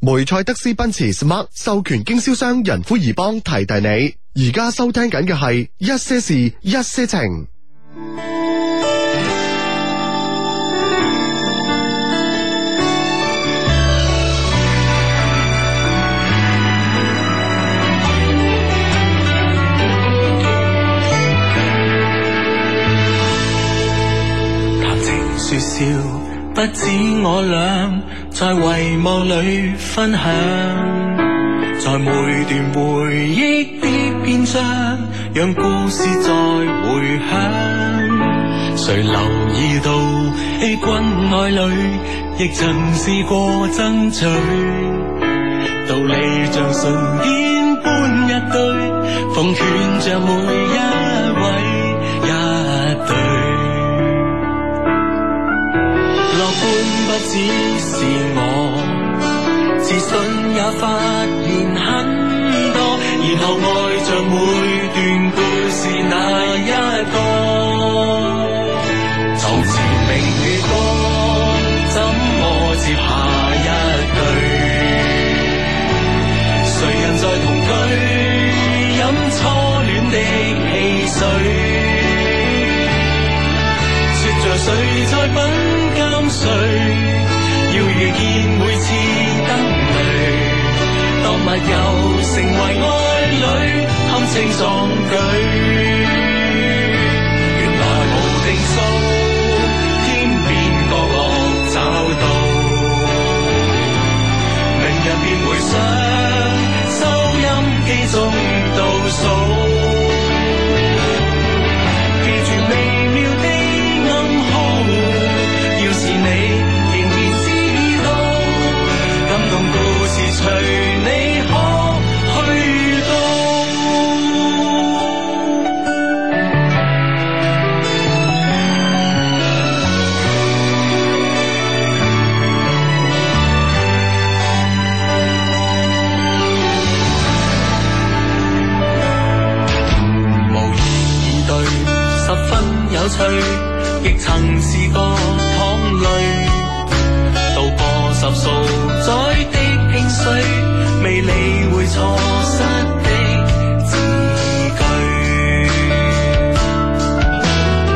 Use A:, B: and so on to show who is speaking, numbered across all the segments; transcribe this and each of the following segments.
A: 梅賽德斯奔馳 Smart 授權經銷商仁孚怡邦提提你，而家收聽緊嘅係一些事一些情。
B: 談情說笑，不止我倆在遺忘裏分享，在每段回憶的篇章，讓故事再回響。誰留意到欺君愛侶，亦曾試過爭取，道理像唇煙般一堆，奉勸着每一位一對。樂觀不只是我，自信也發現很多，然後愛着每段故事那一個。床前明月光，怎麼接下一句？誰人在同居，飲初戀的汽水？說着誰在品鑑誰，要遇見每次等累，當密友成為愛侶，堪稱壯舉。原來無定數，天邊角落找到，明日便回想，收音機中倒數。記住微妙的暗號，要是你仍然知道，感動故事隨你可去到。無言以對，十分有趣，亦曾試過淌淚，渡過十數載的興衰，未理會錯失的字句。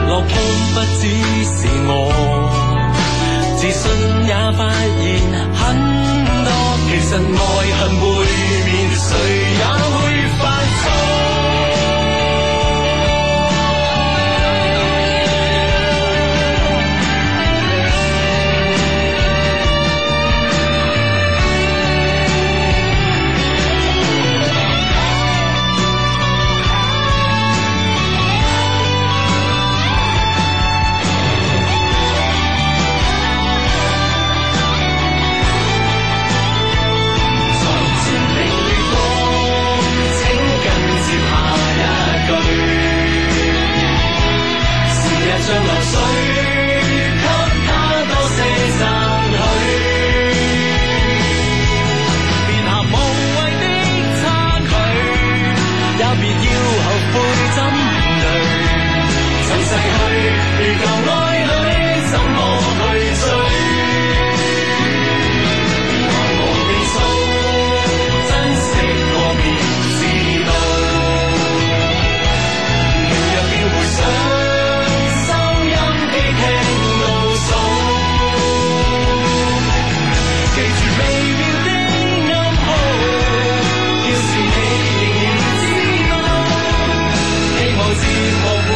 B: 樂觀不只是我，自信也發現很多，其實愛恨背面，誰也會犯錯。床前明月光，請緊接下一句。時日像流水，給他多些讚許。別下無謂的差距，也別要後悔怎累。曾逝去，如舊愛侶，怎麼去追？無變數，珍惜過便知道。明日便回想，收音機聽倒數。記住微妙的暗號，要是你仍然知道，希望節目陪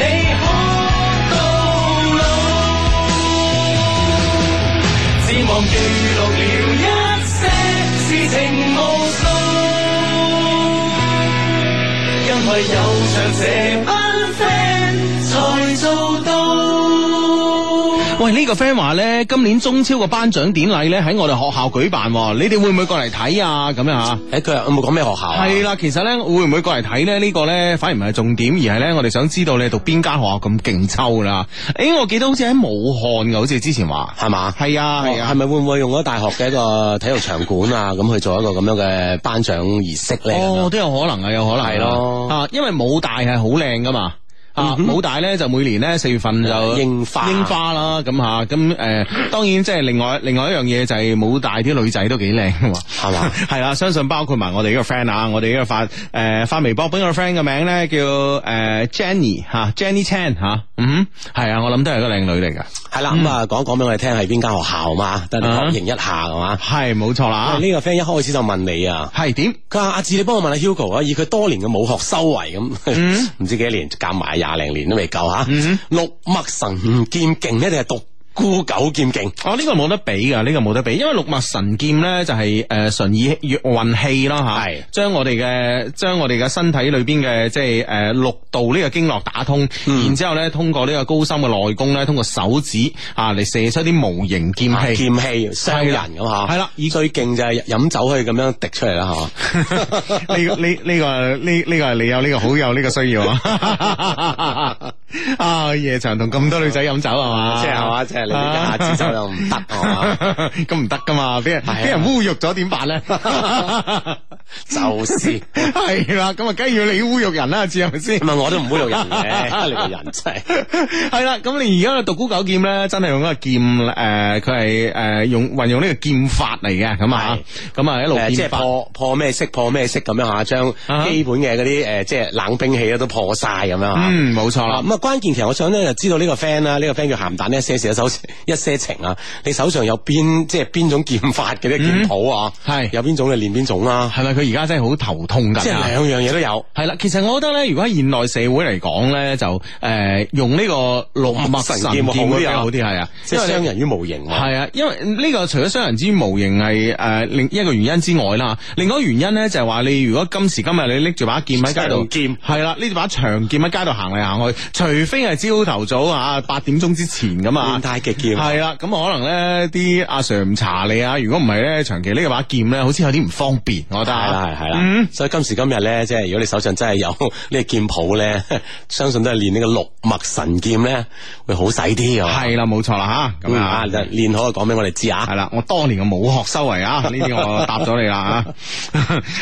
B: 你可到老。只望記錄了一些事情無數，因為有場這班 friend 才做到。
C: 喂，呢、個 friend 話咧，今年中超嘅頒獎典禮咧喺我哋學校舉辦喎，你哋會唔會過嚟睇啊？咁樣啊？
D: 誒，佢有冇講咩學校啊？
C: 系啦，其實咧會唔會過嚟睇咧？呢、個个咧反而唔係重點，而係咧我哋想知道你讀邊間學校咁勁抽啦。诶、我記得好似喺武漢嘅，好似之前話
D: 係嘛？
C: 係啊係
D: 係
C: 啊。
D: 咪會唔會用嗰大學嘅一個體育場館啊，咁去做一個咁樣嘅頒獎儀式咧？
C: 哦哦，都有可能啊，有可能啊
D: 係咯
C: 啊，因為武大係好靚噶嘛，啊，武大咧就每年咧四月份就
D: 櫻花
C: 樱花啦，咁吓，咁诶，當然即係另外另外一樣嘢就係武大啲女仔都幾靚喎。
D: 係 嘛？
C: 系啦，相信包括埋我哋呢個 friend 啊，我哋呢個發诶发微博俾我 friend 嘅名咧叫诶 Jenny 吓，Jenny Chan 吓，嗯，係啊，我諗都係一個靚女嚟㗎，
D: 係啦，咁啊講一講俾我哋聽係邊間學校
C: 嗯
D: 嘛，等你確認一下係嘛？
C: 係冇錯啦
D: 喂，呢個 friend 一開始就問你啊。
C: 係點？
D: 佢話：阿志，你幫我問下 Hugo 啊，以佢多年嘅武學修為咁，
C: 嗯
D: 唔知幾多年，夾埋廿零年都未夠吓。六脈神劍勁呢定係獨孤九劍勁？
C: 哦，呢、個冇得比噶，呢、個冇得比，因為六脈神劍咧就係诶純以運氣啦吓，
D: 係
C: 將我哋嘅將我哋嘅身體裏邊嘅即係诶六道呢個經絡打通，然之後咧通過呢個高深嘅內功咧，通過手指啊嚟射出啲無形劍
D: 啊
C: 氣。
D: 劍氣傷人咁吓，
C: 係啦以
D: 最勁就係飲酒可以咁樣滴出嚟啦， 係嘛？
C: 呢呢呢個呢呢個係你有呢個好有呢個需要啊！ 啊夜場同咁多女仔飲酒係嘛，
D: 即係係嘛，啊即係你呢
C: 啊
D: 下子酒又唔得係嘛？
C: 咁唔得噶嘛，俾人
D: 係啊
C: 俾人侮辱咗點辦咧？
D: 就是
C: 系啦，咁啊， 梗係要你侮辱人啦，知係咪先
D: 唔？係啊我都唔侮辱人嘅，你個人真係
C: 系啦，咁你而家嘅獨孤九劍咧，真係用一個劍诶，呃佢係诶用運用呢個劍法嚟嘅，咁啊，咁啊一路
D: 誒即係
C: 劍法。
D: 破破咩色破咩色咁樣吓，將
C: 啊
D: 基本嘅嗰啲诶即係冷兵器咧都破晒咁樣吓。
C: 嗯，冇錯
D: 啊
C: 啦。
D: 咁啊，關鍵其實我想咧就知道呢個 friend 啦，呢個 friend 叫鹹蛋一些事一手一些情啊，你手上有邊即係邊種劍法嘅呢劍譜啊？
C: 嗯係
D: 有邊種你練邊種啦？
C: 係咪佢而家真係好頭痛緊？
D: 即係兩樣嘢都有。
C: 系啦，其實我覺得咧，如果喺現代社會嚟講咧，就诶、呃用呢個六脈神劍會比較好啲，係啊，
D: 即係傷人於無形喎。
C: 系啊，因為呢個除咗傷人之無形係诶另一個原因之外啦，另外一個原因咧就係話你如果今時今日你拎住把劍喺街度，
D: 長劍
C: 係啦，呢把長劍喺街度行嚟行去，除非係朝頭早啊八點鐘之前咁啊
D: 變。態極劍
C: 係啦，咁可能咧啲阿 Sir 唔查你啊，如果唔係咧，長期呢把劍咧，好似有啲唔方便，我覺得啊。
D: 係啦係係啦
C: 嗯，
D: 所以今時今日咧，即係如果你手上真係有 呢 個劍譜咧，相信都係練呢個六脈神劍咧，會好使啲啊。
C: 係啦，冇錯啦吓，咁
D: 咁啊，
C: 啊，
D: 練好就講俾我哋知啊
C: 系。啦，我多年嘅武學修為啊，呢啲我答咗你啦啊。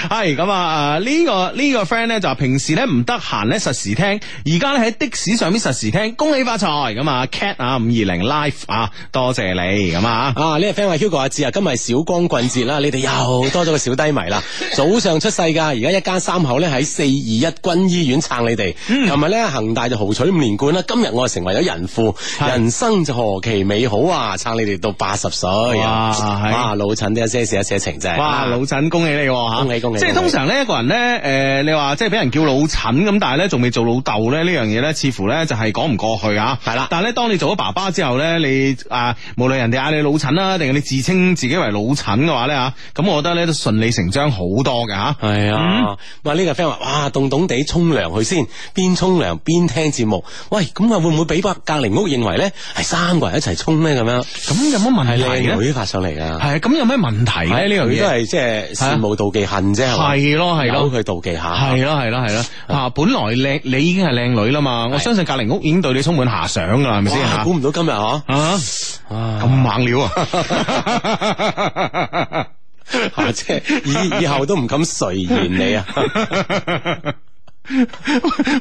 C: 係咁啊，呢、個呢、個 friend 咧就話平時咧唔得閒咧實時聽，而家咧喺的士上面實時聽，恭喜發財咁啊！cat 啊五二零 life 啊，多謝你咁啊。
D: 啊！呢個 friend 話 Hugo 阿志啊，今日係小光棍節啦，你哋又多咗個小低迷 啦。早上出世㗎，而家一家三口咧喺四二一軍醫院撐你哋。
C: 嗯
D: 琴日咧恒大就豪取五連冠啦，今日我就成為咗人父，人生就何其美好啊！撐你哋到八十歲啊！
C: 哇係
D: 哇老陳啲一些事一些情真係 啊
C: 哇，老陳恭喜你喎吓！
D: 恭喜恭喜
C: 即係
D: 恭
C: 通
D: 喜
C: 常呢一個人咧，诶、你話即係俾人叫老陳咁，但係咧仲未做老豆咧，呢樣嘢咧，似乎咧就係講唔過去啊。
D: 係啦
C: 但係咧，當你做咗爸爸之後咧，你啊，無論人哋嗌你老陳啦，定係你自稱自己為老陳嘅話咧吓，咁我覺得咧都順理成章好多嘅吓。
D: 系啊，
C: 嗯
D: 哇！呢個 friend 話：，哇，凍凍地沖涼去先，邊沖涼邊聽節目。喂，咁啊，會唔會俾隔隔離屋認為咧係三個人一齊沖咧？咁樣
C: 咁有乜問
D: 係
C: 題
D: 靚
C: 咧？
D: 女發上嚟㗎。
C: 啊係啊咁有咩問題
D: 係
C: 咧？呢樣
D: 佢都
C: 嘢
D: 係即係羨慕妒忌恨啫，係嘛
C: 係咯係
D: 由
C: 咯。
D: 佢妒忌下。
C: 係咯係咯係咯，啊！本來靚你已經係靚女啦嘛，我相信隔離屋已經對你充滿遐想㗎啦，係咪先
D: 哇
C: 吓
D: 估？唔到今 日嗬，
C: 啊！咁猛料啊！
D: 啊即係以以後都唔敢垂涎 你啊！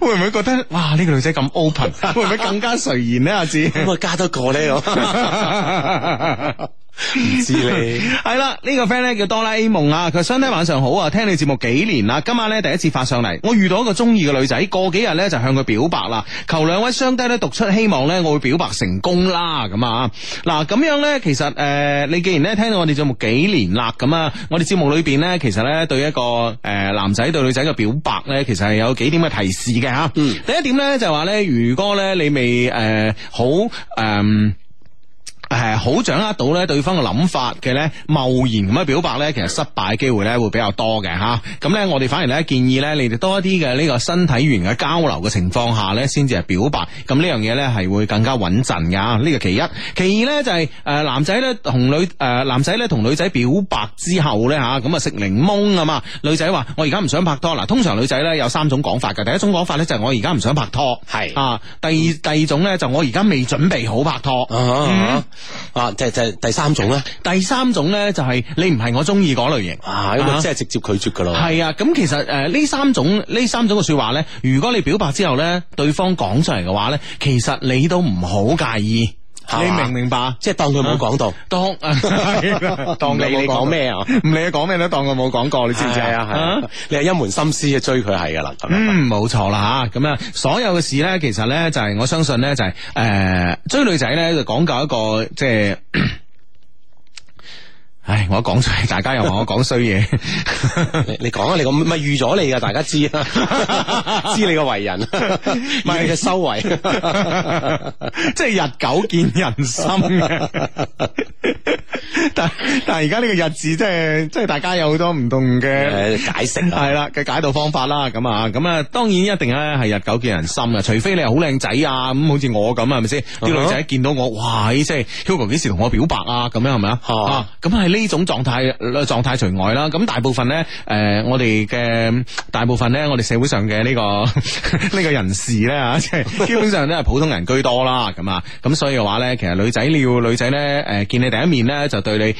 C: 會唔會覺得哇呢、個女仔咁 open，會唔會更加垂涎呢？阿 志？
D: 咁啊，加多個咧咁，唔 知你
C: 系啦，呢、個个 friend 咧叫哆啦 A 夢啊，佢相低晚上好啊，聽你節目幾年啦，今晚咧第一次發上嚟，我遇到一個中意嘅女仔，過幾日咧就向佢表白啦，求兩位相低咧讀出，希望咧我會表白成功啦，咁啊，嗱咁樣咧，其實诶、呃你既然咧聽到我哋節目幾年啦，咁啊，我哋節目裏边咧，其實咧對一個诶、呃男仔對女仔嘅表白咧，其實係有幾點嘅提示嘅吓，嗯、第一點咧就係話咧，如果咧你未诶、呃好诶。嗯诶，好掌握到咧對方嘅諗法嘅咧，貿然咁樣表白咧，其實失敗嘅機會咧會比較多嘅吓。咁咧，我哋反而咧建議咧，你哋多一啲嘅呢個身體語言嘅交流嘅情況下咧，先至係表白。咁呢樣嘢咧係會更加穩陣噶。呢個其一，其二咧就係呃男仔咧同女诶、呃男仔咧同女仔表白之後咧吓，咁啊食檸檬啊嘛，女仔話我而家唔想拍拖嗱。通常女仔咧有三種講法嘅，第一種講法咧就係我而家唔想拍拖，啊
D: 係
C: 啊。第二第二種咧就我而家未準備好拍拖。
D: 啊啊，即係即係第三種咧，
C: 第三種咧就係你唔係我中意嗰類型。
D: 啊，咁啊即係直接拒絕噶咯。
C: 系啊，咁其實诶呢、三種呢三種嘅说話咧，如果你表白之後咧，對方講出嚟嘅話咧，其實你都唔好介意，
D: 係
C: 你
D: 嘛
C: 明唔明白？
D: 即係當佢冇講到，
C: 當當
D: 你冇講咩啊
C: 唔理你講咩都當佢冇講過，你知唔知
D: 係啊係啊，你係一門心思去追佢係噶啦，咁樣
C: 嗯，冇錯啦吓，咁啊，所有嘅事咧，其實咧就係我相信咧就係呃追女仔咧就講究一個即係。 唉，我一講出嚟，大家又話我講衰嘢。
D: 你你講啊，你咁咪預咗你噶，大家知 啊，知你嘅為人，唔係你嘅修為，
C: 即系日久见人心嘅，但但系而家呢個日子，即係即系大家有好多唔同嘅。
D: 誒解釋啊。
C: 係啦嘅解讀方法啦，咁啊，咁啊，當然一定咧係日久見人心啊嘅，除非你係好靚仔啊，咁好似我咁啊，係咪先？啲女仔見到我，哇！咦即係 Hugo 幾時同我表白啊？咁樣係咪啊？
D: 係嘛
C: 啊咁係呢種狀態呃狀態除外啦。咁大部分咧，誒我哋嘅大部分咧，我哋社會上嘅呢個 呢個人士咧啊，即 係基本上都係普通人居多啦。咁啊，咁所以嘅話咧，其實女仔你要女仔咧，誒見你第一面咧，就對你誒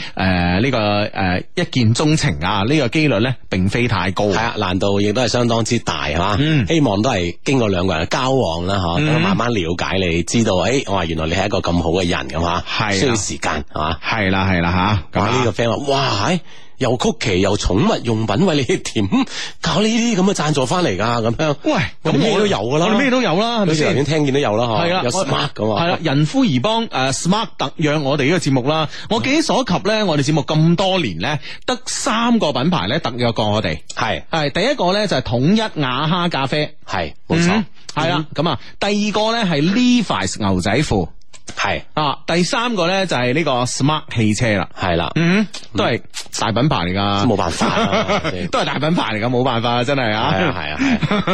C: 呢個誒一見鍾情啊，呢個機率咧並非太高。
D: 系啊，難度亦都係相當之大，係嘛？
C: 嗯
D: 希望都係經過兩個人嘅交往啦，吓、等佢慢慢了解你，知道诶、哎哇，原來你係一個咁好嘅人咁吓，
C: 係啊
D: 需要時間係嘛？
C: 係啦，係啦吓，
D: 咁
C: 咁
D: 啊
C: 啊
D: 呢個 friend 話：，哇，哎又曲奇又寵物用品，喂，你點搞呢啲咁嘅贊助翻嚟㗎？咁樣，
C: 喂，
D: 我哋咩
C: 我
D: 都有㗎啦
C: 我哋咩都有啦，係咪
D: 好似頭
C: 先
D: 先？聽見都有啦，嗬，
C: 係啦，
D: 哦有 smart 咁啊，
C: 系啦，人夫而幫诶 smart 特約我哋呢個節目啦。我
D: 嗯
C: 記憶所及咧，我哋節目咁多年咧，得三個品牌咧特約過我哋。
D: 係
C: 係第一個咧就係統一雅哈咖啡，
D: 係冇
C: 嗯
D: 錯，嗯
C: 系啦。咁啊，第二個咧係 Levi's 牛仔褲
D: 係
C: 啊，第三個咧就係呢個 smart 汽車啦。
D: 係啦，
C: 嗯，都係大品牌嚟噶，
D: 冇辦法啦
C: 都係大品牌嚟噶，冇辦法啊，真係
D: 係啊
C: 啊。
D: 係啊 係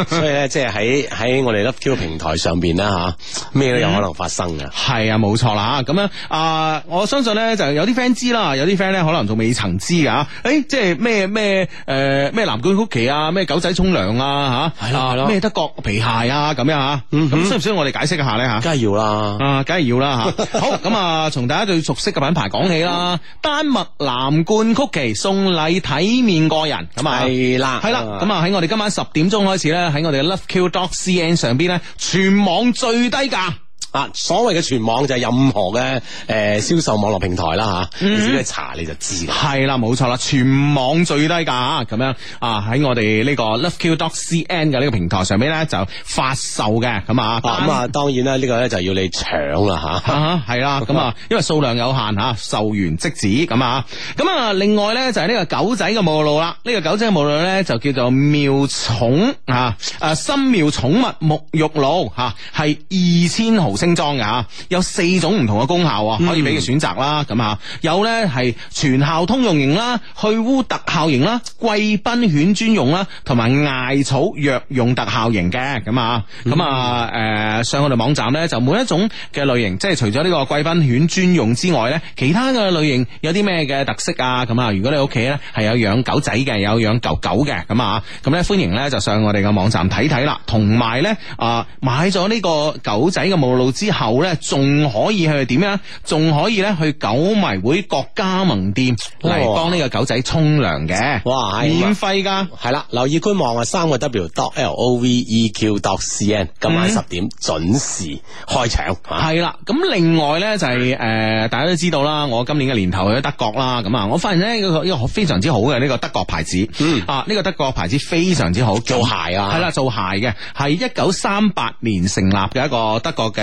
D: 啊，所以咧，即係喺喺我哋 LoveQ 平台上边啦吓，咩都有
C: 嗯
D: 可能發生㗎。
C: 系啊，冇錯啦咁樣啊、我相信咧就有啲 friend 知啦，有啲 friend 咧可能仲未曾知噶。诶、即係咩咩诶咩藍罐曲奇啊，咩狗仔沖涼啊吓，
D: 係咯係咯
C: 啊咩德國皮鞋啊咁樣吓。
D: 嗯哼
C: 咁需唔需要我哋解釋一下咧吓？
D: 梗係要啦。
C: 啊，梗係要啦 吓。好，咁啊，從大家最熟悉嘅品牌講起啦，丹麥藍罐曲奇送禮體面過人，咁啊。
D: 系啦，
C: 系啦，咁啊喺我哋今晚十點鐘開始咧，喺我哋嘅 LoveQ dot CN 上邊咧，全網最低價。
D: 啊，所謂嘅全網就係任何嘅诶销售網絡平台啦吓，
C: 嗯
D: 你自己去查你就知啦。
C: 系啦，冇錯啦，全網最低價咁樣啊！喺我哋呢個 loveq.cn 嘅呢個平台上面咧就發售嘅咁啊，
D: 啊咁啊，當然啦，呢個咧就要你搶啦吓。
C: 啊哈，系 啦，咁啊，因為數量有限吓，售完即止咁啊。咁啊，另外咧就係呢個狗仔嘅目錄啦，呢、個狗仔嘅目錄咧就叫做妙寵啊，诶深妙寵物沐浴露吓，係二千毫升裝嘅吓，有四種唔同嘅功效啊，可以俾佢選擇啦，咁啊，有咧係全效通用型啦，去污特效型啦，貴賓犬專用啦，同埋艾草藥用特效型嘅咁啊，
D: 嗯
C: 咁啊，诶、上我哋網站咧，就每一種嘅類型，即係除咗呢個貴賓犬專用之外咧，其他嘅類型有啲咩嘅特色啊？咁啊，如果你屋企咧係有養狗仔嘅，有養狗狗嘅，咁啊，咁咧歡迎咧就上我哋嘅網站睇睇啦。同埋咧啊，買咗呢個狗仔嘅目錄之後咧，仲可以去點樣？仲可以咧去狗迷會各加盟店嚟
D: 哇
C: 幫呢個狗仔沖涼嘅，
D: 哇係
C: 免費㗎。
D: 係啦，留意官網啊，三個 W dot L O V E Q dot C N，今
C: 嗯
D: 晚十點準時開搶吓。
C: 系啦，咁另外咧就係
D: 嗯
C: 呃大家都知道啦，我今年嘅年頭去咗德國啦，咁啊，我發現咧呢個一個非常之好嘅呢個德國牌子，
D: 嗯
C: 啊，呢個德國牌子非常之好，
D: 做鞋啊
C: 係啦，做鞋嘅係一九三八年成立嘅一個德國嘅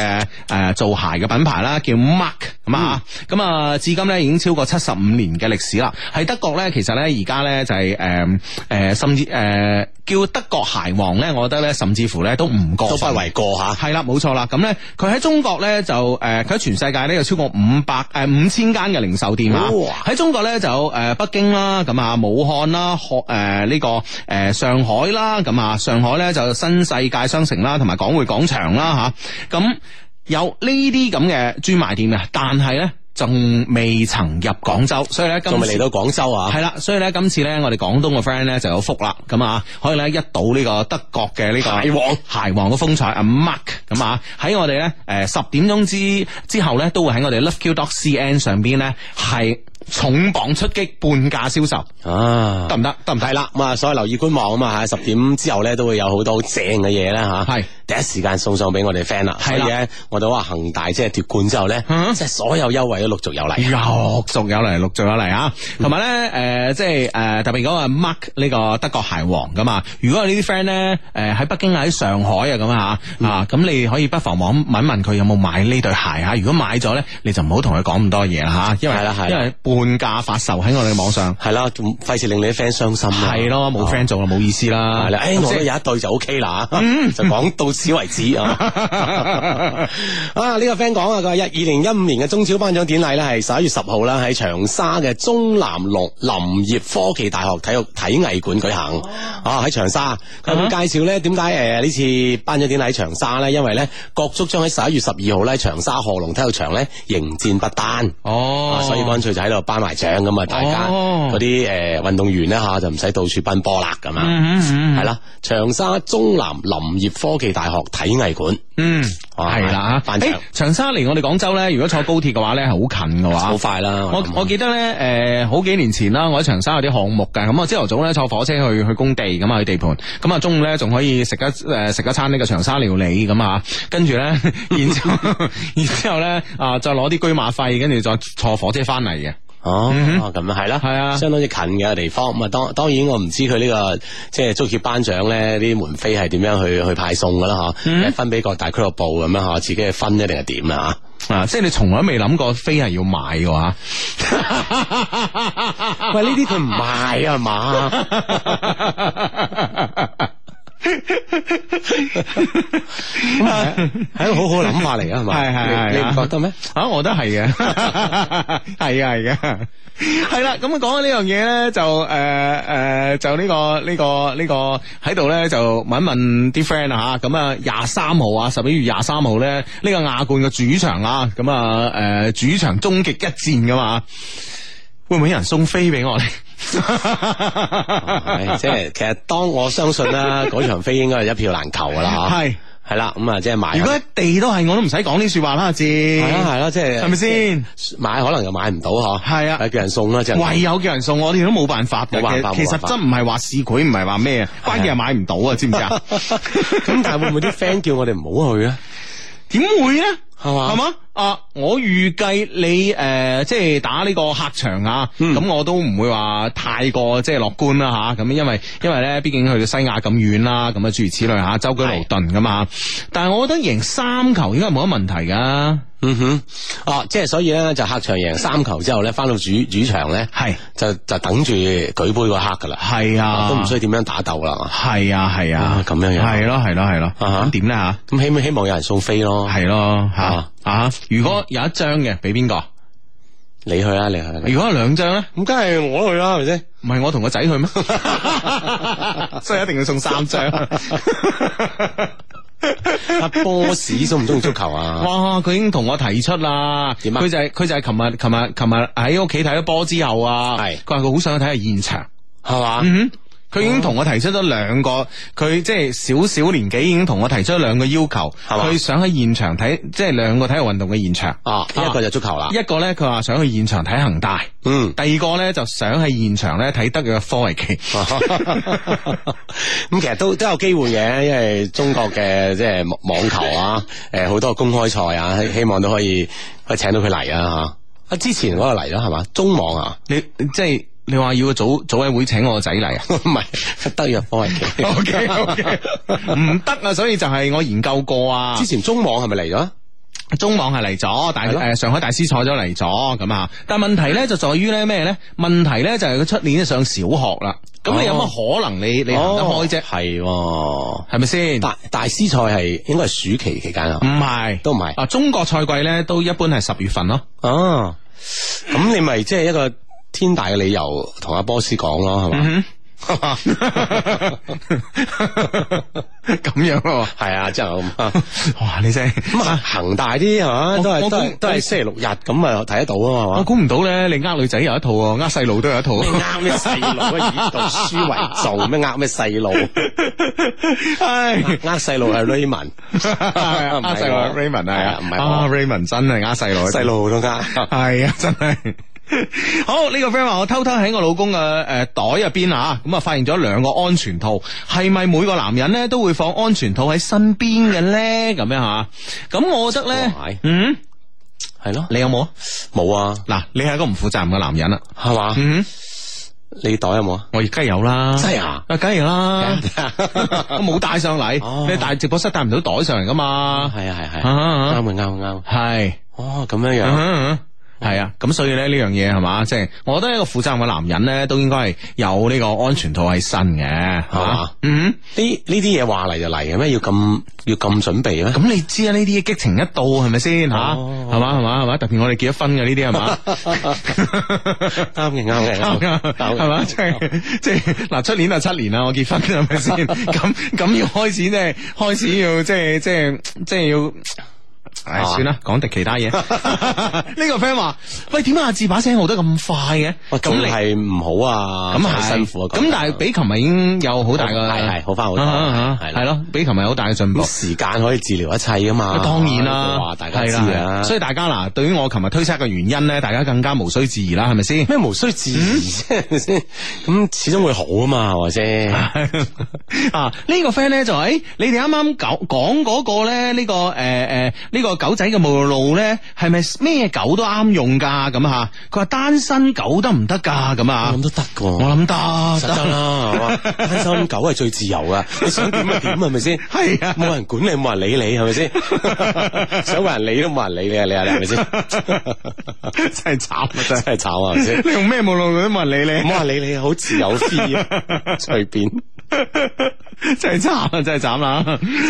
C: 诶做鞋嘅品牌啦，叫 Mark 咁啊，
D: 嗯
C: 咁啊，至今咧已經超過七十五年嘅歷史啦，喺德國咧，其實咧而家咧就係诶诶，甚至诶、呃叫德國鞋王咧，我覺得咧甚至乎咧都唔過
D: 都
C: 分
D: 不為過吓。
C: 系啦，冇錯啦。咁咧，佢喺中國咧就誒，呃佢、喺全世界咧有超過五百誒五千間嘅零售店啊。
D: 哇
C: 喺中國咧就誒、呃北京啦，咁啊武漢啦，學誒呢個誒、呃上海啦，咁啊上海咧就新世界商城啦，同埋港匯廣場啦吓，咁、有呢啲咁嘅專賣店啊，但係咧。仲未曾入廣州，所以咧今
D: 仲未
C: 次
D: 嚟到廣州啊
C: 系？啦，所以咧今次咧我哋廣東嘅 friend 咧就有福啦，咁啊可以咧一睹呢個德國嘅呢個
D: 鞋王
C: 鞋王嘅風采啊 Mark 咁啊喺我哋咧诶十點鐘之之後咧都會喺我哋 LoveQ.CN 上邊咧係重磅出擊半價銷售，
D: 啊，
C: 得唔得？得唔得？
D: 系啦，咁啊，所以留意官網啊嘛吓，十點之後咧都會有好多好正嘅嘢啦吓，
C: 係
D: 第一時間送上俾我哋 friend 啊啦，
C: 係啦
D: 所以咧，我哋話恒大即係奪冠之後咧，
C: 嗯
D: 即係所有優惠都陸續有
C: 哎
D: 嚟，
C: 陸續有嚟，陸續有嚟啊！同埋咧，誒、即係誒、呃特別講啊 Mark 呢個德國鞋王噶嘛。如果有呢啲 friend 咧，誒、喺北京啊、喺上海啊咁啊啊，咁你可以不妨網問問佢有冇買呢對鞋啊。如果買咗咧，你就唔好同佢講咁多嘢啦嚇，因為
D: 係啦係啦
C: 因為半價發售喺我哋網上，
D: 係啦，仲費事令你啲 friend 傷心啊
C: 係咯，冇 friend 做啦，冇意思啦。
D: 係
C: 咁
D: 啦，誒，啊哎
C: 嗯即
D: 我都
C: 係嗯
D: 有一對就 OK 啦， 就講到此為止啊。 啊，呢個 friend 講啊，佢話一二零一五年嘅中超頒獎典禮咧，係十一月十號啦，喺長沙嘅中南農林業科技大學體育體藝館舉
C: 哦
D: 行。啊，喺長沙，佢
C: 嗯
D: 有冇介紹咧點解呃誒呢次頒獎典禮喺長沙咧？因為咧國足將喺十一月十二號咧喺長沙賀龍體育場咧迎戰不丹。
C: 哦
D: 啊，所以乾脆就喺度頒埋獎咁啊！大家
C: 哦
D: 嗰啲誒運動員咧嚇就唔使到處奔波啦咁啊！
C: 嗯嗯嗯
D: 系啦，長沙中南林業科技大學體藝館，啊
C: 嗯，
D: 哇
C: 係啦哎嚇。
D: 翻牆
C: 誒長沙離我哋廣州咧，如果坐高鐵嘅話咧，係好近嘅話，
D: 好快啦！
C: 我
D: 咁啊
C: 我記得咧，诶、好幾年前啦，我喺長沙有啲項目嘅，咁我啊朝頭早咧坐火車去去工地咁啊，去地盤，咁啊中午咧仲可以食一诶食、一餐呢個長沙料理咁啊，跟住咧， 然之後然之后咧啊，再攞啲車馬費，跟住再坐火車翻嚟嘅。
D: 哦，咁樣係啦，
C: 嗯係啊
D: 相當之近嘅地方。咁啊，當當然我唔知佢呢個即係足協頒獎咧啲門飛係點樣去去派送噶啦
C: 嗯
D: 吓，分俾各大俱樂部咁樣吓，自己嘅分一定係點啦
C: 啊！即係你從來都未諗過飛係要買嘅話，啊
D: 吓。喂，呢啲佢唔賣啊嘛， 係一個好好嘅諗法嚟啊，係嘛？
C: 係係係
D: 你你唔覺得咩？
C: 啊，我覺得係 嘅，係啊，係嘅，係啦。咁啊講緊呢樣嘢咧，就誒誒、呃就呢、個呢、個呢、個喺度咧，就問一問啲 friend 啊嚇。咁啊，廿三號啊，十一月廿三號咧，呢、個亞冠嘅主場啊，咁啊誒主場終極一戰噶嘛，會唔會有人送飛俾我咧？
D: 唉即哦係其實當我相信 啦，嗰場飛應該係一票難求噶啦吓。
C: 係，
D: 係啦，咁啊，即係 買。
C: 如果一地都係我都唔使講呢説話啦，阿志，
D: 系啦系啊啦，即系
C: 係咪？先？
D: 买可能又买唔到嗬，
C: 係啊
D: 誒叫人送啦，即係
C: 唯有叫人送，我哋都冇辦法嘅。
D: 冇辦法
C: 其實其
D: 冇辦
C: 實
D: 法
C: 真唔係話市儈，唔係話咩，關鍵係買唔到啊，知唔知 啊？
D: 咁，但係會唔會啲 friend 叫我哋唔好去啊？
C: 點會咧？
D: 係嘛
C: 係嘛？啊！我預計你誒、呃即係打呢個客場啊，
D: 嗯
C: 咁、我都唔會話太過即係樂觀啦吓，咁、因為因為咧，畢竟去到西亞咁遠啦，咁啊諸如此類嚇，周居勞頓噶嘛。但係我覺得贏三球應該冇乜問題噶。
D: 嗯哼，哦，即係所以咧，就客場贏三球之後咧，翻到主主场咧，
C: 係
D: 就就等住舉杯嗰刻噶啦，
C: 係啊，
D: 都唔需要點樣打鬥啦。
C: 係啊係啊
D: 啊，咁樣樣
C: 係咯係咯係咯。
D: 啊哈
C: 咁點咧嚇？
D: 咁希唔希望有人送飛咯？
C: 系咯吓
D: 啊
C: 啊！如果有一張嘅，俾邊個？
D: 你去啊啦，你去啦，你去
C: 如果有兩張咧，
D: 咁梗係我去啦，係咪先？
C: 唔係我同個仔去 咩？所以一定要送三張。
D: 啊阿波士啊中唔中意足球 啊？
C: 哇！佢已經同我提出啦，
D: 點啊
C: 佢就係佢就係琴日琴日琴日喺屋企睇咗波之後啊，
D: 係
C: 佢話佢好想去睇下現場。
D: 係嘛？
C: 嗯哼，佢已經同我提出咗兩個，佢即係少少年紀已經同我提出咗兩個要求，
D: 係嘛
C: 佢想喺現場睇，即係兩個體育運動嘅現場。
D: 啊，一個就足球啦。
C: 一個咧，佢話想去現場睇恒大。
D: 嗯。
C: 第二個咧就想喺現場咧睇德約科維奇，
D: 咁其實都都有機會嘅，因為中國嘅即係網球啊， 誒好多公開賽啊，希希望都可以可以請到佢嚟啊嚇。啊，之前嗰個嚟啦係嘛？中網啊，
C: 你即係你話要個組組委會請我個仔 嚟啊
D: 唔係德約科維奇。
C: ？OK OK，唔得啊！所以就係我研究過啊
D: 之，前中網係咪嚟咗？
C: 中網係嚟咗，大
D: 係
C: 誒、
D: 咯
C: 上海大師賽咗嚟咗咁啊，但問題咧就在於咧咩咧？問題咧就係佢出年上小學啦，咁你有乜可能你你行得開啫？
D: 哦係喎，
C: 係咪先？
D: 大大師賽係應該係暑期期間啊
C: 唔。係
D: 都唔係
C: 嗯啊！中國賽季咧都一般係十月份咯。
D: 啊哦，咁你咪即係一個天大嘅理由同阿波斯講咯，係嘛？
C: 咁樣咯，
D: 系啊，真係咁啊。
C: 哇！你真係
D: 咁啊，恒大啲系嘛，
C: 我
D: 都
C: 我
D: 系都系
C: 估
D: 都系星期六日咁啊，睇得到啊嘛，
C: 我
D: 係嘛。
C: 估唔到咧，你呃女仔有一套喎，呃細路都有一套。
D: 啱咩細路啊？以讀書為做咩？呃咩 細路？
C: 唉，
D: 呃細路係 Raymond，
C: 呃細路 Raymond 係啊，
D: 唔係
C: 啊
D: 我
C: Raymond 真係呃細路，
D: 細路都呃。
C: 系啊，真系。 好呢、個 friend 話：我偷偷喺我老公嘅诶袋入邊啊，咁啊發現咗兩個安全套，係咪每個男人咧都會放安全套喺身邊嘅咧？咁樣吓，咁我覺得咧
D: 哇，
C: 嗯，
D: 係咯，
C: 你有冇啊？
D: 冇啊，
C: 嗱，你係一個唔負責任嘅男人啦，
D: 係嘛？
C: 嗯，
D: 你袋有冇啊？
C: 我而家有啦，
D: 真係啊！
C: 啊，梗係啦，我 冇帶上
D: 哦
C: 嚟，你大直播室帶唔到袋上嚟噶嘛，
D: 係啊係係，
C: 啊
D: 啱嘅啱嘅啱嘅。
C: 係。
D: 哦，咁樣樣。
C: 系啊，咁所以咧呢樣嘢係嘛，即係我覺得一個負責任嘅男人咧，都應該係有呢個安全套喺身嘅，係嘛
D: 啊？
C: 嗯，
D: 呢呢啲嘢話嚟就嚟嘅咩？要咁要咁準備咩？
C: 咁你知啊，呢啲激情一到係咪先吓？
D: 哦
C: 係嘛係嘛係嘛？特別我哋結咗婚嘅呢啲係嘛？
D: 啱嘅啱 嘅
C: 啱㗎
D: 嘅
C: 係嘛？即係即係嗱，出年啊就七年啦，我結婚啦，係咪 先？咁咁要開始即係開始要即係即係即係要。唉，
D: 係嘛
C: 算啦，講啲其 他嘢。呢個 friend 話：，喂，點解阿志把聲好得咁快嘅？
D: 哇，
C: 咁
D: 仲
C: 你
D: 係唔好啊，
C: 咁
D: 好
C: 係
D: 辛苦啊。
C: 咁但係比琴日已經有好大嘅
D: 係係好返好多係啦
C: 係咯，比琴日有好大嘅進步
D: 咁。時間可以治療一切噶嘛？
C: 當然啦，
D: 啊話大家知
C: 係啦
D: 啊。
C: 所以大家嗱，對於我琴日推測嘅原因咧，大家更加無需置疑啦，係咪先？
D: 咩無需自
C: 嗯
D: 疑啫，先咁始終會好啊嘛，係咪先？
C: 啊！呢個 friend 咧就係誒你哋啱啱講講嗰個咧，呢個誒誒呢個狗仔嘅目路咧，係咪咩狗都啱用㗎？咁吓，佢話單身狗得唔得㗎？咁
D: 我
C: 啊
D: 諗，都得噶，
C: 我諗得
D: 實得啦，係嘛？單身狗係最自由噶，你想點就點，係咪先？
C: 係啊
D: 冇人管你，冇人理你，係咪先？ 想話人理都冇人理你啊！你啊，你係咪先？
C: 真係慘啊！真
D: 真係慘啊，係咪先？
C: 你用咩目路都冇人理你。
D: 冇人理你，好自由 free，啊 隨便。
C: 真系惨啊！真系惨啦！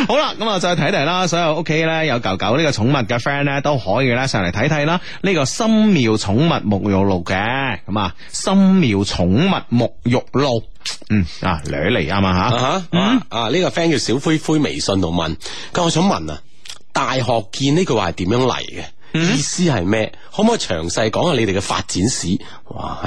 C: 好啦，咁啊，再睇睇啦，所有屋企咧有狗狗呢個寵物嘅 friend 咧，都可以咧上嚟睇睇啦。呢、個个深妙寵物沐浴露嘅，咁啊，深妙寵物沐浴露，嗯啊，掠嚟啱啊吓。
D: 啊哈啊啊！呢、個 friend 叫小灰灰，微信度問，佢話我想問啊，大學見呢句話係點樣嚟嘅？意思係咩？可唔可以詳細講下你哋嘅發展史？哇！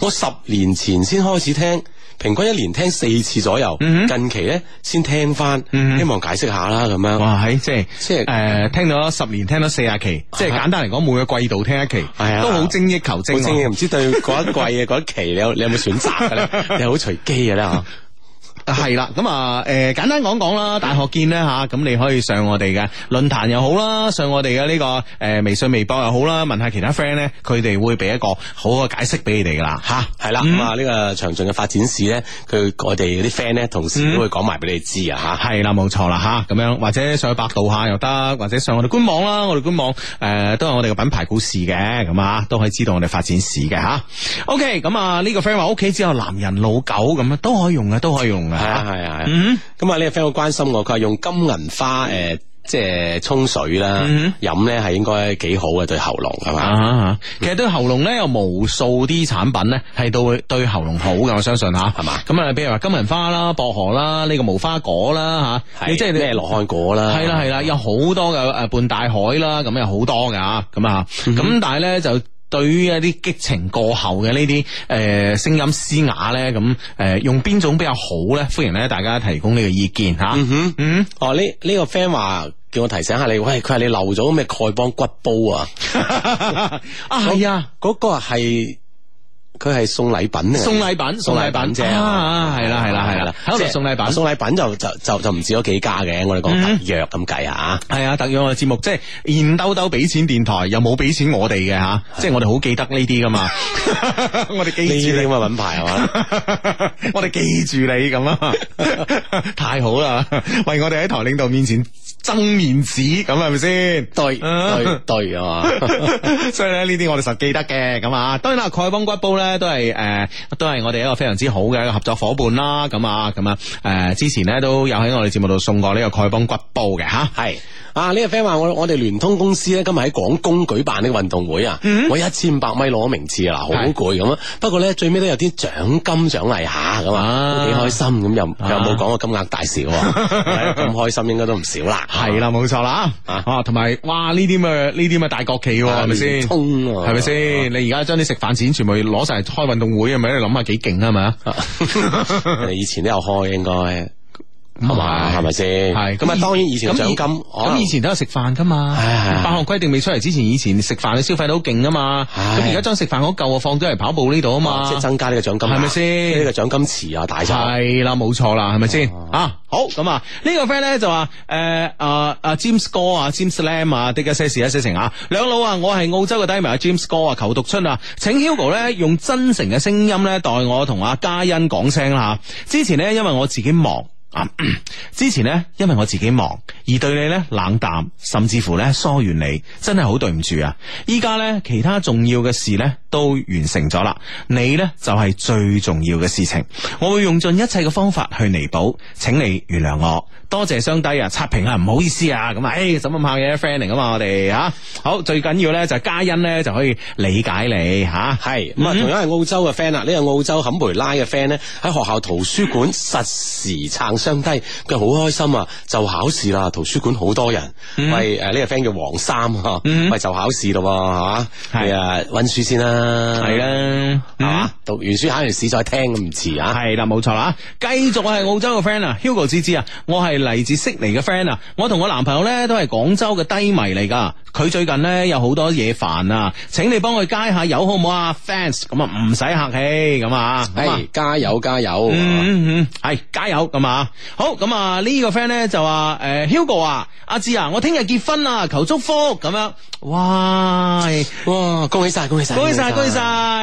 D: 我十年前先開始聽，平均一年聽四次左右。近期咧先聽翻，希望解釋下啦咁樣。
C: 哇！喺即係
D: 即係
C: 誒、聽咗十年，聽咗四十期，即係簡單嚟講，每個季度聽一期，
D: 係啊
C: 都好精益求精啊
D: 好
C: 喎。
D: 正嘅，唔知對嗰一季啊、嗰一期你有你有冇選擇嘅咧？你係好隨機嘅咧嚇。
C: 系啦，咁啊，诶、簡单講講啦，大學見咧吓，咁、你可以上我哋嘅論壇又好啦，上我哋嘅呢個诶、誒微信、微博又好啦，問下其他 friend 咧，佢哋會俾一個好嘅解釋俾你哋噶啦，吓、
D: 系啦，咁啊呢個詳盡嘅發展史咧，佢我哋啲 friend 咧，同時都會講埋俾你知啊吓。
C: 係啦，冇錯啦吓，咁樣或者上去百度下又得，或者上我哋官網啦，我哋官網誒、都有我哋嘅品牌故事嘅，咁啊都可以知道我哋發展史嘅吓、OK，咁啊呢個 friend 話屋企只有男人老狗咁啊，都可以用嘅，都可以用嘅
D: 係啊
C: 嚇。
D: 係啊，
C: 嗯
D: 咁啊呢個 friend 好關心我，佢話用金銀花誒即係沖水啦，飲咧係應該幾好嘅對喉嚨係嘛？
C: 嗯啊，其實對喉嚨咧有無數啲產品咧係對對喉嚨好嘅，我相信吓，係
D: 嘛？
C: 咁啊，譬如話金銀花啦、薄荷啦、呢、個無花果啦吓，
D: 係
C: 你即係你
D: 咩羅漢果啦，
C: 係啦係啦，有好多嘅誒半大海啦，咁有好多嘅啊，咁啊，咁但係咧就。對於一啲激情過後嘅呢啲誒聲音嘶啞咧，咁誒、呃用邊種比較好咧？歡迎咧大家提供呢個意見嚇。
D: 嗯哼，嗯，哦呢呢個 friend 話叫我提醒下你，喂佢話你漏咗咩丐幫骨煲啊，
C: 啊係啊。
D: 嗰個係佢係送禮品啊嚟嘅
C: 送禮品，送禮品
D: 啫，
C: 啊，係啦，係啦，係啦，喺度送禮品。嗯
D: 送禮品就就就就唔止咗幾家嘅，我哋講特約咁計啊。
C: 系啊，特約我哋節目即係現兜兜俾錢電台，又冇俾錢我哋嘅吓，即係我哋好記得呢啲噶 嘛，我哋
D: 呢
C: 記住 你，
D: 啲咁嘅品牌係嘛？
C: 我哋記住你咁啊，太好啦！為我哋喺台領導面前爭面子，咁係咪 先？
D: 對
C: 嗯
D: 對對啊嘛，
C: 所以咧呢啲我哋實記得嘅咁啊，當然啦，丐幫骨煲咧都係誒、呃都係我哋一個非常之好嘅一個合作伙伴啦，咁啊咁啊誒之前咧都有喺我哋節目度送過呢個丐幫骨煲嘅吓，
D: 係。啊！呢、個 friend 話我我哋聯通公司咧今日喺廣工舉辦呢個運動會啊，
C: 嗯
D: 我一千五百米攞名次啊，嗱好
C: 係
D: 攰咁啊。不過咧最尾都有啲獎金獎勵下咁啊，都幾開心咁又
C: 啊
D: 又冇講個金額大小 喎，係咁開心應該都唔少啦。
C: 係啦，冇錯啦，
D: 啊
C: 啊，同埋哇呢啲咁嘅呢啲咁嘅大國企喎，係咪先？
D: 聯通啊
C: 係咪先？你而家將啲食飯錢全部攞晒嚟開運動會，係咪？你諗下幾勁啊？係咪啊？
D: 人哋以前都有開應該，係嘛
C: 係
D: 係咪先？
C: 啊係
D: 咁啊，當然以前獎金哦
C: 咁
D: 可能
C: 以前都有食飯噶嘛。
D: 係係
C: 八項規定未出嚟之前，以前食飯嘅消費都好勁噶嘛。
D: 係
C: 咁而家將食飯嗰嚿啊放咗嚟跑步呢度啊嘛。
D: 哦即係增加呢個獎金額，啊
C: 係咪先
D: 呢個獎金池啊，大晒。
C: 係啦，冇錯啦，係咪先啊？好咁啊，呢個 friend 咧就話誒啊啊 James 哥啊，James Lam 啊，的一些事一些情啊，兩老啊，我係澳洲嘅低迷啊，James 哥啊，求讀出啊，請 Hugo 咧用真誠嘅聲音咧代我同阿嘉欣講聲啦吓。之前咧因為我自己忙。啊！ 之前呢，因為我自己忙而對你呢冷淡，甚至乎呢疏遠你，真係好對唔住啊！依家呢，其他重要嘅事呢都完成咗啦，你呢就係最重要嘅事情，我會用盡一切嘅方法去彌補，請你原諒我，多謝雙低啊，刷屏啊，唔好意思啊，咁啊，誒，怎咁下嘅 friend 嚟噶嘛，我哋吓、啊好，最緊要呢就係嘉欣呢就可以理解你吓。
D: 係
C: 嗯
D: 咁啊，同樣係澳洲嘅 friend 啦，呢個澳洲坎培拉嘅 friend 咧喺學校圖書館實時撐雙低，佢好開心啊！就考試啦，圖書館好多人，
C: 嗯
D: 喂誒呢個 friend 叫黃三啊，喂就考試咯喎，係嘛？
C: 係
D: 你啊温書先啦，
C: 係啦，嗯
D: 係嘛？讀完書考完試再聽咁唔遲啊！
C: 系啦，冇錯啦，繼續我係澳洲嘅 friend 啊，Hugo 芝芝啊，我係嚟自悉尼嘅 friend 啊，我同我男朋友咧都係廣州嘅低迷嚟噶，佢最近咧有好多嘢煩啊，請你幫佢加下油好唔好啊，fans，咁啊唔使客氣咁啊，咁啊
D: 係加油加油！
C: 嗯嗯，嗯，系加油咁啊！好咁啊，呢個 friend 咧就話诶，Hugo 啊，阿志啊，我聽日結婚啊，求祝福咁樣。哇！
D: 哇！恭喜晒，恭喜晒，
C: 恭喜晒，恭喜！晒！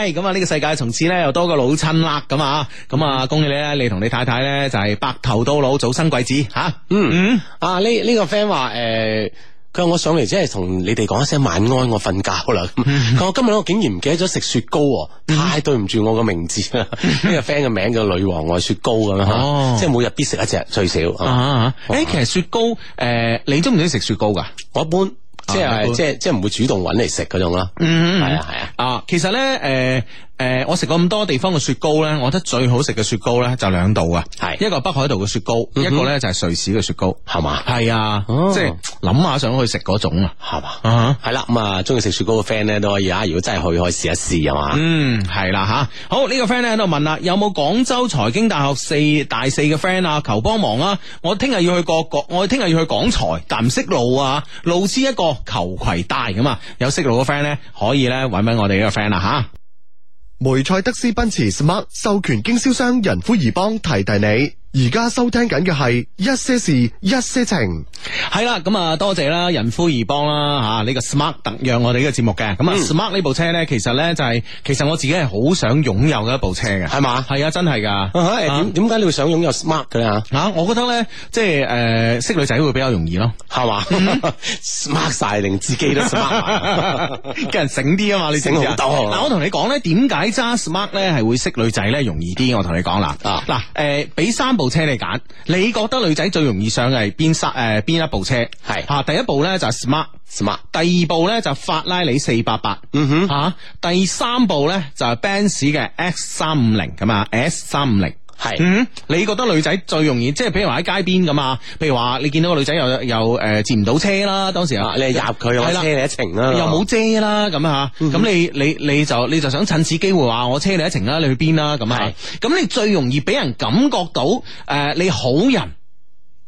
C: 咁啊，呢個世界從此咧又多個老親啦，咁啊，咁
D: 嗯
C: 啊，恭喜你咧，你同你太太咧就係白頭到老，早生貴子吓。
D: 嗯啊，呢呢個 friend 話誒。佢話我上嚟即係同你哋講一聲晚安，我瞓覺啦。咁
C: 嗯
D: 佢話我今日我竟然唔記得咗食雪糕喎，太對唔住我個名字啦。呢個 friend 嘅名叫女王愛雪糕咁樣
C: 嗯哦
D: 嚇，即係每日必食一隻最少。啊
C: 啊，誒，其實雪糕誒，你中唔中意食雪糕㗎？
D: 我一般即
C: 啊一般
D: 係即係即係唔會主動揾嚟食嗰種啦。
C: 嗯
D: 係啊係啊。
C: 啊，其實咧，誒、誒、我食過咁多地方嘅雪糕咧，我覺得最好食嘅雪糕咧就兩度啊，
D: 係嗯哦
C: 一個北海道嘅雪糕，一個咧就係瑞士嘅雪糕，
D: 係嘛
C: 係啊，
D: 哦
C: 即係諗下想去食嗰種啊，
D: 係嘛？
C: 啊。
D: 係啦，咁啊，中意食雪糕嘅 friend 咧都可以啊。如果真係去，可以試一試係嘛？
C: 嗯，係啦吓，好呢、個 friend 咧喺度問啦，有冇廣州財經大學四大四嘅 friend 啊？求幫忙啊！我聽日要去個國，我聽日要去廣財，但唔識路啊，路痴一個，求攜帶咁啊！有識路嘅 friend 咧，可以咧揾揾我哋呢個 friend 啦吓。
A: 梅賽德斯奔馳 Smart 授權經銷商仁孚怡邦提提你，而家收聽緊嘅係一些事一些情。
C: 系啦，咁啊，多謝啦，仁孚怡邦啦，吓、呢、個 Smart 特約我哋呢個節目嘅，
D: 嗯
C: 咁啊、Smart 呢部車咧，其實咧就係、其實我自己係好想擁有嘅一部車嘅，
D: 係嘛
C: 係啊，真係噶。
D: 啊係點點解你會想擁有 smart 嘅咧嚇？
C: 啊，我覺得咧，即係诶，识、識女仔會比較容易咯，
D: 係 嘛？smart 晒令自己都 smart 埋。
C: 嘅人醒啲啊嘛，你知唔知啊
D: 醒好多啊
C: 嗱，我同你講咧，點解揸 smart 咧係會識女仔咧容易啲？我同你講啦，
D: 啊
C: 嗱、诶，俾、三部車你揀，你覺得女仔最容易上嘅係邊三诶边一部車？
D: 係
C: 啊，第一部咧就係 smart。
D: smart。
C: 第二部咧就法拉利四八八，嗯哼，吓、第三部咧就係 Benz 嘅 X 三五零咁啊，S 三五零。
D: 係
C: 嗯哼，你覺得女仔最容易，即係譬如話喺街邊咁啊，譬如話你見到個女仔又又誒、呃、截唔到車啦，當時
D: 啊！你係入佢
C: 係
D: 我
C: 啦
D: 車你一程啦，
C: 又冇遮啦，咁啊，咁你你你就你就想趁此機會話我車你一程啦，你去邊啦，咁啊，咁你最容易俾人感覺到誒、呃你好人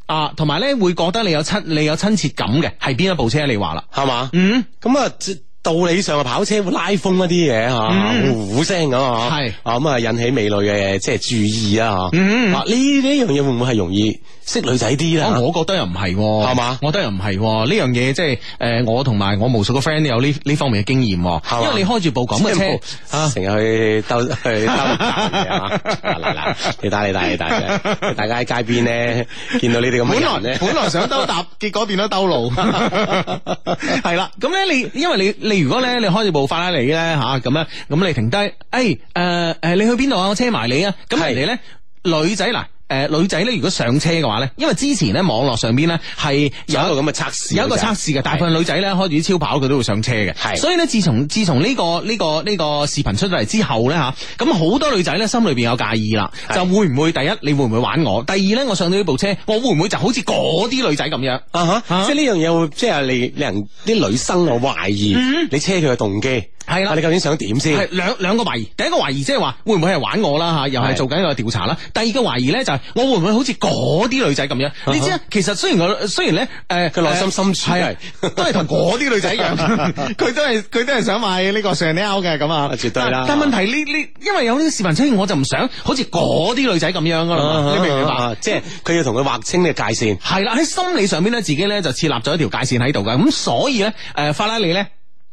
C: 啊，同埋咧會覺得你有親你有親切感嘅係邊一部車？你話啦，
D: 係嘛？
C: 嗯。
D: 咁啊，即道理上啊，跑車會拉風一啲嘢吓，
C: 嗯
D: 呼呼聲咁啊，
C: 係
D: 啊咁啊，引起美女嘅即係注意啊吓。
C: 嗯
D: 啊呢呢樣嘢會唔會係容易識女仔啲
C: 啊
D: 啦？
C: 我覺得又唔係喎，
D: 係嘛
C: 我覺得又唔係喎，呢樣嘢即係誒，我同埋我無數個 friend 都有呢呢方面嘅經驗
D: 係
C: 喎，
D: 嘛
C: 因為你開住部咁嘅車啊。
D: 成日去兜 去兜嚟啊！嗱嗱，你打你打你打， 大家喺街邊咧見到你哋咁
C: 本
D: 嘅人
C: 來
D: 咧，
C: 本來想兜搭， 結果變咗兜路， 係啦。咁咧，你因為你你如果咧你開住部法拉利咧吓咁咧，咁你停低，哎誒誒誒，你去邊度啊？我車埋你啊！咁人
D: 係
C: 哋咧女仔嗱。誒、女仔咧，如果上車嘅話咧，因為之前咧網絡上邊咧係有
D: 有一個咁嘅測試
C: 有一個
D: 女仔
C: 測試嘅，大部分女仔咧開住啲超跑佢都會上車嘅，
D: 係
C: 所以咧，自從自從呢、個呢、個呢、個視頻出咗嚟之後咧吓，咁好多女仔咧心裏邊有介意啦，
D: 係
C: 就會唔會第一你會唔會玩我？第二咧，我上到呢部車，我會唔會就好似嗰啲女仔咁樣？
D: 啊
C: 啊
D: 哈！即係呢樣嘢會，即係你你人啲女生我懷疑你車佢嘅動機
C: 嗯係啦
D: 啊你究竟想點先？
C: 係兩兩個懷疑，第一個懷疑即係話會唔會係玩我啦吓，又係
D: 係
C: 做緊一個調查啦。第二個懷疑咧就係我會唔會好似嗰啲女仔咁樣？你知啊，其實雖然我雖然咧誒，
D: 佢內心深處
C: 係啊都係同嗰啲女仔一樣， 佢都係佢都係想買呢個 Chanel 嘅咁啊
D: 啊，絕對啦
C: 但但問題呢呢，因為有呢個視頻出現，我就唔想好似嗰啲女仔咁樣噶啦嘛，你明唔明白？
D: 啊即係佢要同佢劃清呢個界線。
C: 係啦，喺心理上邊咧，自己咧就設立咗一條界線喺度噶，咁所以咧，誒、呃法拉利咧，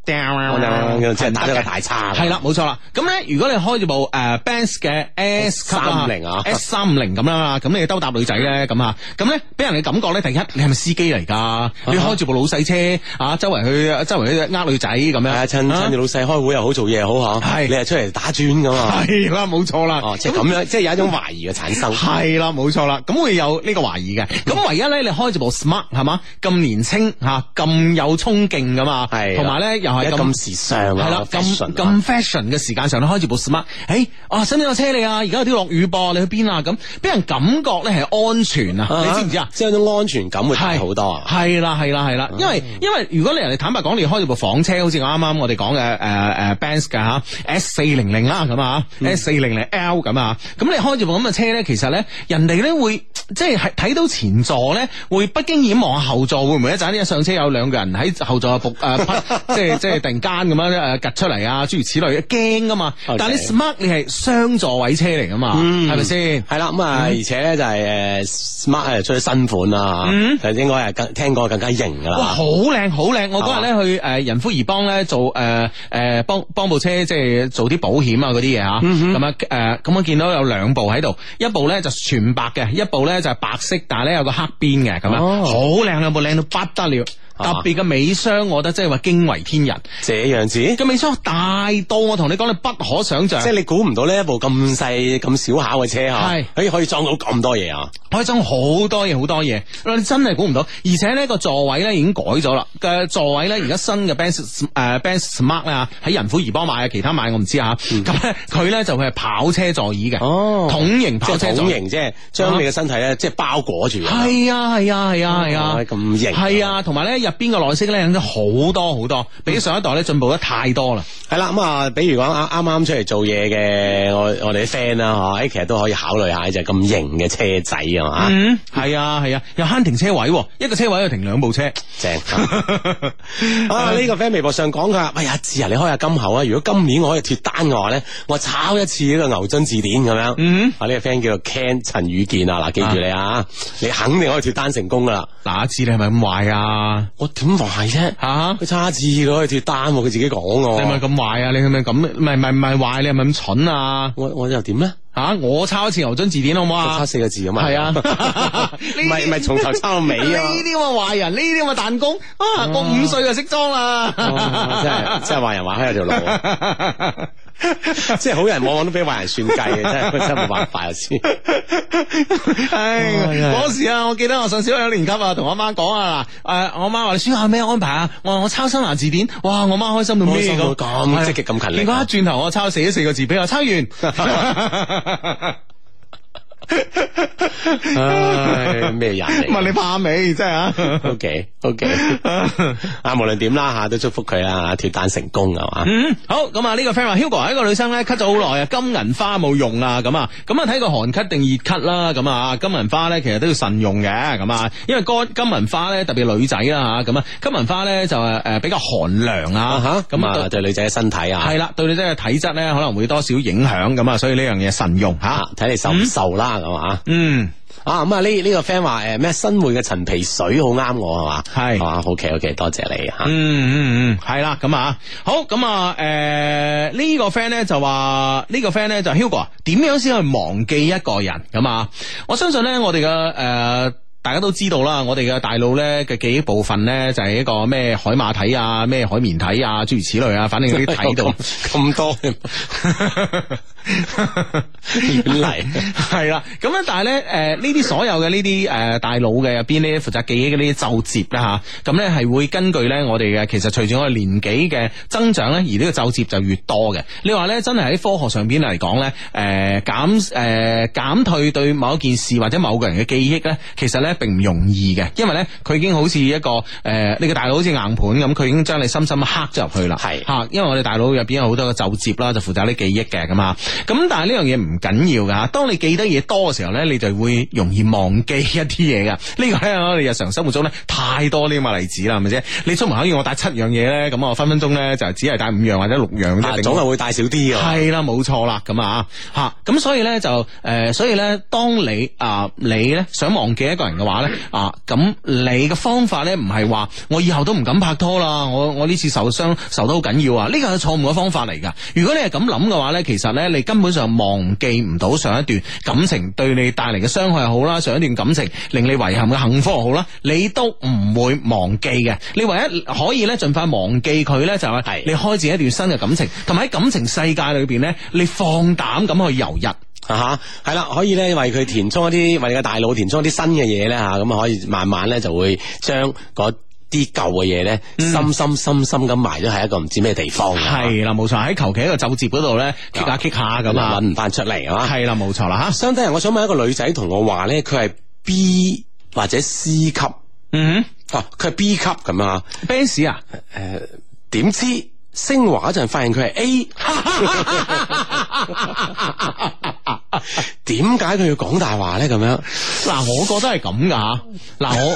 C: 即
D: 啊即係打咗個大叉
C: 係啦，冇錯啦。咁咧，如果你開住部誒 Benz 嘅 S
D: 350啊
C: S 三五零咁樣啦，咁你兜搭女仔咧，咁啊，咁咧俾人嘅感覺咧，第一你係咪司機嚟㗎？
D: 啊
C: 你開住部老細車啊，周圍去周圍去呃女仔咁樣，
D: 係啊，趁趁住老細開會又好，做嘢又好吓。
C: 係
D: 你係出嚟打轉噶嘛？
C: 係啦，冇錯啦。
D: 哦，即係咁樣，即係有一種懷疑嘅產生。
C: 系啦，冇錯啦，咁會有呢個懷疑嘅。咁唯一咧，你開住部 smart 係嘛，咁年青吓，咁有衝勁噶嘛，
D: 係啦
C: 同埋咧又係
D: 而家咁時尚啊
C: 係啦，咁
D: fashion 啊
C: 咁 fashion 嘅時間上咧，開住部 smart，誒，啊，使唔使我車你啊？而家有啲落雨噃，你去邊啊？咁俾人感覺咧係安全啊，你知唔知啊？
D: 即係有種安全感會大
C: 係
D: 好多啊。
C: 係啦，係啦，係啦，因為因為如果你人哋坦白講，你開咗部房車，好似我啱啱我哋講嘅誒誒 Benz 嘅吓 S 四零零啦咁啊，S 四零零 L 咁啊，咁你開住部咁嘅車咧，其實咧人哋咧會即係係睇到前座咧，會不經意望下後座，會唔會一陣一上車有兩個人喺後座仆誒，即係即係突然間咁樣誒趌出嚟啊，諸如此類，驚噶嘛。但係你
D: Okay
C: Smart 你係雙座位車嚟噶嘛，
D: 嗯
C: 係咪先？
D: 係啦，咁啊，
C: 嗯
D: 而且咧就係誒呃 smart 誒出咗新款啦，
C: 嗯
D: 就應該係更聽講係更加型噶
C: 哇，
D: 啦。
C: 好靚好靚！我嗰日咧去誒仁夫怡邦咧做誒誒幫幫部車即係做啲保險啊嗰啲嘢啊，
D: 嗯
C: 咁啊誒咁我見到有兩部喺度，一部咧就全白嘅，一部咧就係白色，但係咧有個黑邊嘅咁樣，
D: 哦
C: 好靚兩部靚到不得了，特
D: 啊
C: 別嘅尾箱，我覺得即係話驚為天人，
D: 這樣子，
C: 個尾箱大到我同你講你不可想像
D: 即係。你估唔到呢一部咁細咁小巧嘅車吓，
C: 係
D: 可以可以裝到咁多嘢啊！
C: 開裝好多嘢，好多嘢，你真係估唔到。而且呢個座位咧已經改咗啦，嘅座位咧而家新嘅 Benz 誒、Benz Smart 咧喺仁孚怡邦買嘅，其他買我唔知啊。咁咧佢咧就係跑車座椅嘅，
D: 嗯哦
C: 桶型
D: 即
C: 跑車
D: 係
C: 座
D: 桶
C: 椅。
D: 型，即係將你嘅身體咧，即係包裹住。
C: 係啊係啊係啊係啊，
D: 哦咁型
C: 係啊，同埋咧入邊嘅內飾咧有好多好多，比上一代咧進步得太多啦。
D: 係啦，咁啊，比如講啱啱啱出嚟做嘢嘅，我我哋啲 friend 啦，嗬，誒，其實都可以考慮下呢隻咁型嘅車仔啊嘛，嚇
C: 嗯，係啊係啊，又慳停車位喎，一個車位又停兩部車。
D: 正。 啊，呢個 friend 微博上講佢話：，喂，阿志啊，你開下金口啊！如果今年我可以脱單嘅話咧，我炒一次呢個牛津字典咁樣。
C: 嗯，
D: 啊，呢個 friend 叫做 Ken 陳宇健啊，嗱，記住你啊，你肯定可以脱單成功噶啦。
C: 嗱，阿志你係咪咁壞啊？
D: 我點壞啫？
C: 吓、
D: 佢差字佢可以脱單喎，佢自己講我。
C: 你係咪咁壞啊？你係咪咁？唔係唔係唔係壞？你係咪咁蠢啊？
D: 我我又點咧？
C: 吓、我抄一次牛津字典好唔好
D: 我
C: 啊
D: 差？四個字啊嘛。
C: 係啊
D: 唔係唔係從頭抄到尾
C: 呢
D: 啊。
C: 啲咁嘅壞人，呢啲咁嘅彈弓啊！我五歲就識裝啦，
D: 哦真係真係壞人壞開有條路啊，即係好人往往都俾壞人算計嘅，真係真係冇辦法啊先。
C: 唉，
D: 哦
C: 嗰時啊，我記得我上小學一年級啊，同我媽講啊，嗱，誒，我媽話你暑假有咩安排啊？我話我抄新華字典，哇，我媽開心到咩
D: 開心
C: 咁，啊
D: 到咁積極咁勤力啊
C: 結果一轉頭 我抄寫咗四個字俾我，抄完。
D: 唉，咩人嚟？
C: 啊问你怕未？真系 啊！
D: O K O K，啊，無論點啦吓，都祝福佢啦吓，脱單成功係嘛？
C: 嗯，好咁啊！呢個 friend 話 Hugo 係一個女生咧咳咗好耐啊，金銀花冇用啊，咁啊，咁啊睇個寒咳定熱咳啦，咁啊金銀花咧其實都要慎用嘅，咁啊，因為乾金銀花咧特別女仔啦吓，咁啊金銀花咧就誒誒比較寒涼
D: 啊
C: 啊
D: 吓，
C: 吓，咁
D: 咁
C: 啊
D: 啊對女仔嘅身體啊，
C: 係啦，對你真係體質咧可能會多少影響咁啊，所以呢樣嘢慎用吓。
D: 啊睇你受唔受啦咁啊。
C: 嗯，
D: 啊咁啊呢呢個 friend 話誒咩新會嘅陳皮水好啱我係嘛？
C: 係
D: 係嘛？O K O K，多謝你啊吓。
C: 嗯嗯嗯，系啦，咁啊，好咁啊，诶、呢、個个 friend 咧就話，呢、個个 friend 咧就 Hugo 啊，点样先去忘記一個人咁啊？我相信咧，我哋嘅诶。呃大家都知道啦，我哋嘅大腦咧嘅記憶部分咧就係、一個咩海馬體啊、咩海綿體啊，諸如此類啊，反正嗰啲體度
D: 咁咁多遠嚟，
C: 系啦，咁咧，但系咧，诶，呢啲所有嘅呢啲诶大腦嘅入邊呢，負責記憶嘅呢啲奏摺啦吓，咁咧係會根據咧我哋嘅，其實隨住我哋年紀嘅增長咧，而呢個奏摺就越多嘅。你話咧，真係喺科學上邊嚟講咧，诶減诶減退對某一件事或者某個人嘅記憶咧，其實咧並唔容易嘅，因為咧佢已經好似一個诶你嘅大腦好似硬盤咁，佢已經將你深深刻咗入去啦。
D: 係
C: 吓，因為我哋大腦入邊有好多嘅奏摺啦，就負責啲記憶嘅咁啊。咁但係呢樣嘢唔緊要噶吓，當你記得嘢多嘅時候咧，你就會容易忘記一啲嘢噶。呢個咧我哋日常生活中咧太多呢咁嘅例子啦，係咪先？你出門口要我帶七樣嘢咧，咁我分分鐘咧就只係帶五樣或者六樣
D: 啊
C: 啫。頂
D: 總係會帶 少啲啊。
C: 系啦，冇錯啦，咁啊吓，咁所以咧就诶、呃所以咧，當你啊、你咧想忘記一個人嘅話咧啊，咁你嘅方法咧唔係話我以後都唔敢拍拖啦，我我呢次受傷受得好緊要啊，呢個係錯誤嘅方法嚟噶。如果你係咁諗嘅話咧，其實咧你根本上忘記唔到上一段感情對你帶嚟嘅傷害又好啦，上一段感情令你遺憾嘅幸福又好啦，你都唔會忘記嘅。你唯一可以咧盡快忘記佢咧，就係、
D: 係
C: 你開展一段新嘅感情，同埋喺感情世界裏邊咧，你放膽咁去遊日。
D: 啊哈，系啦，可以咧為佢填充一啲，為你嘅大腦填充一啲新嘅嘢咧吓，咁啊可以慢慢咧就會將嗰啲舊嘅嘢咧，深深深深咁埋咗喺一個唔知咩地方啊，
C: 係啦，冇錯，喺求其一個奏摺嗰度咧，棘下棘下咁
D: 咁
C: 啊
D: 啊，搵唔翻出嚟啊。
C: 係啦，冇錯啦嚇。
D: 相低人，我想問一個女仔同我話咧，佢係 B 或者 C 級
C: 嗯
D: 啊，佢係 B 級咁樣啊，
C: 哼，Benz 啊，
D: 點知升華嗰陣發現佢係 A，點解佢要講大話咧？咁樣
C: 嗱，我覺得係咁噶嚇。嗱，我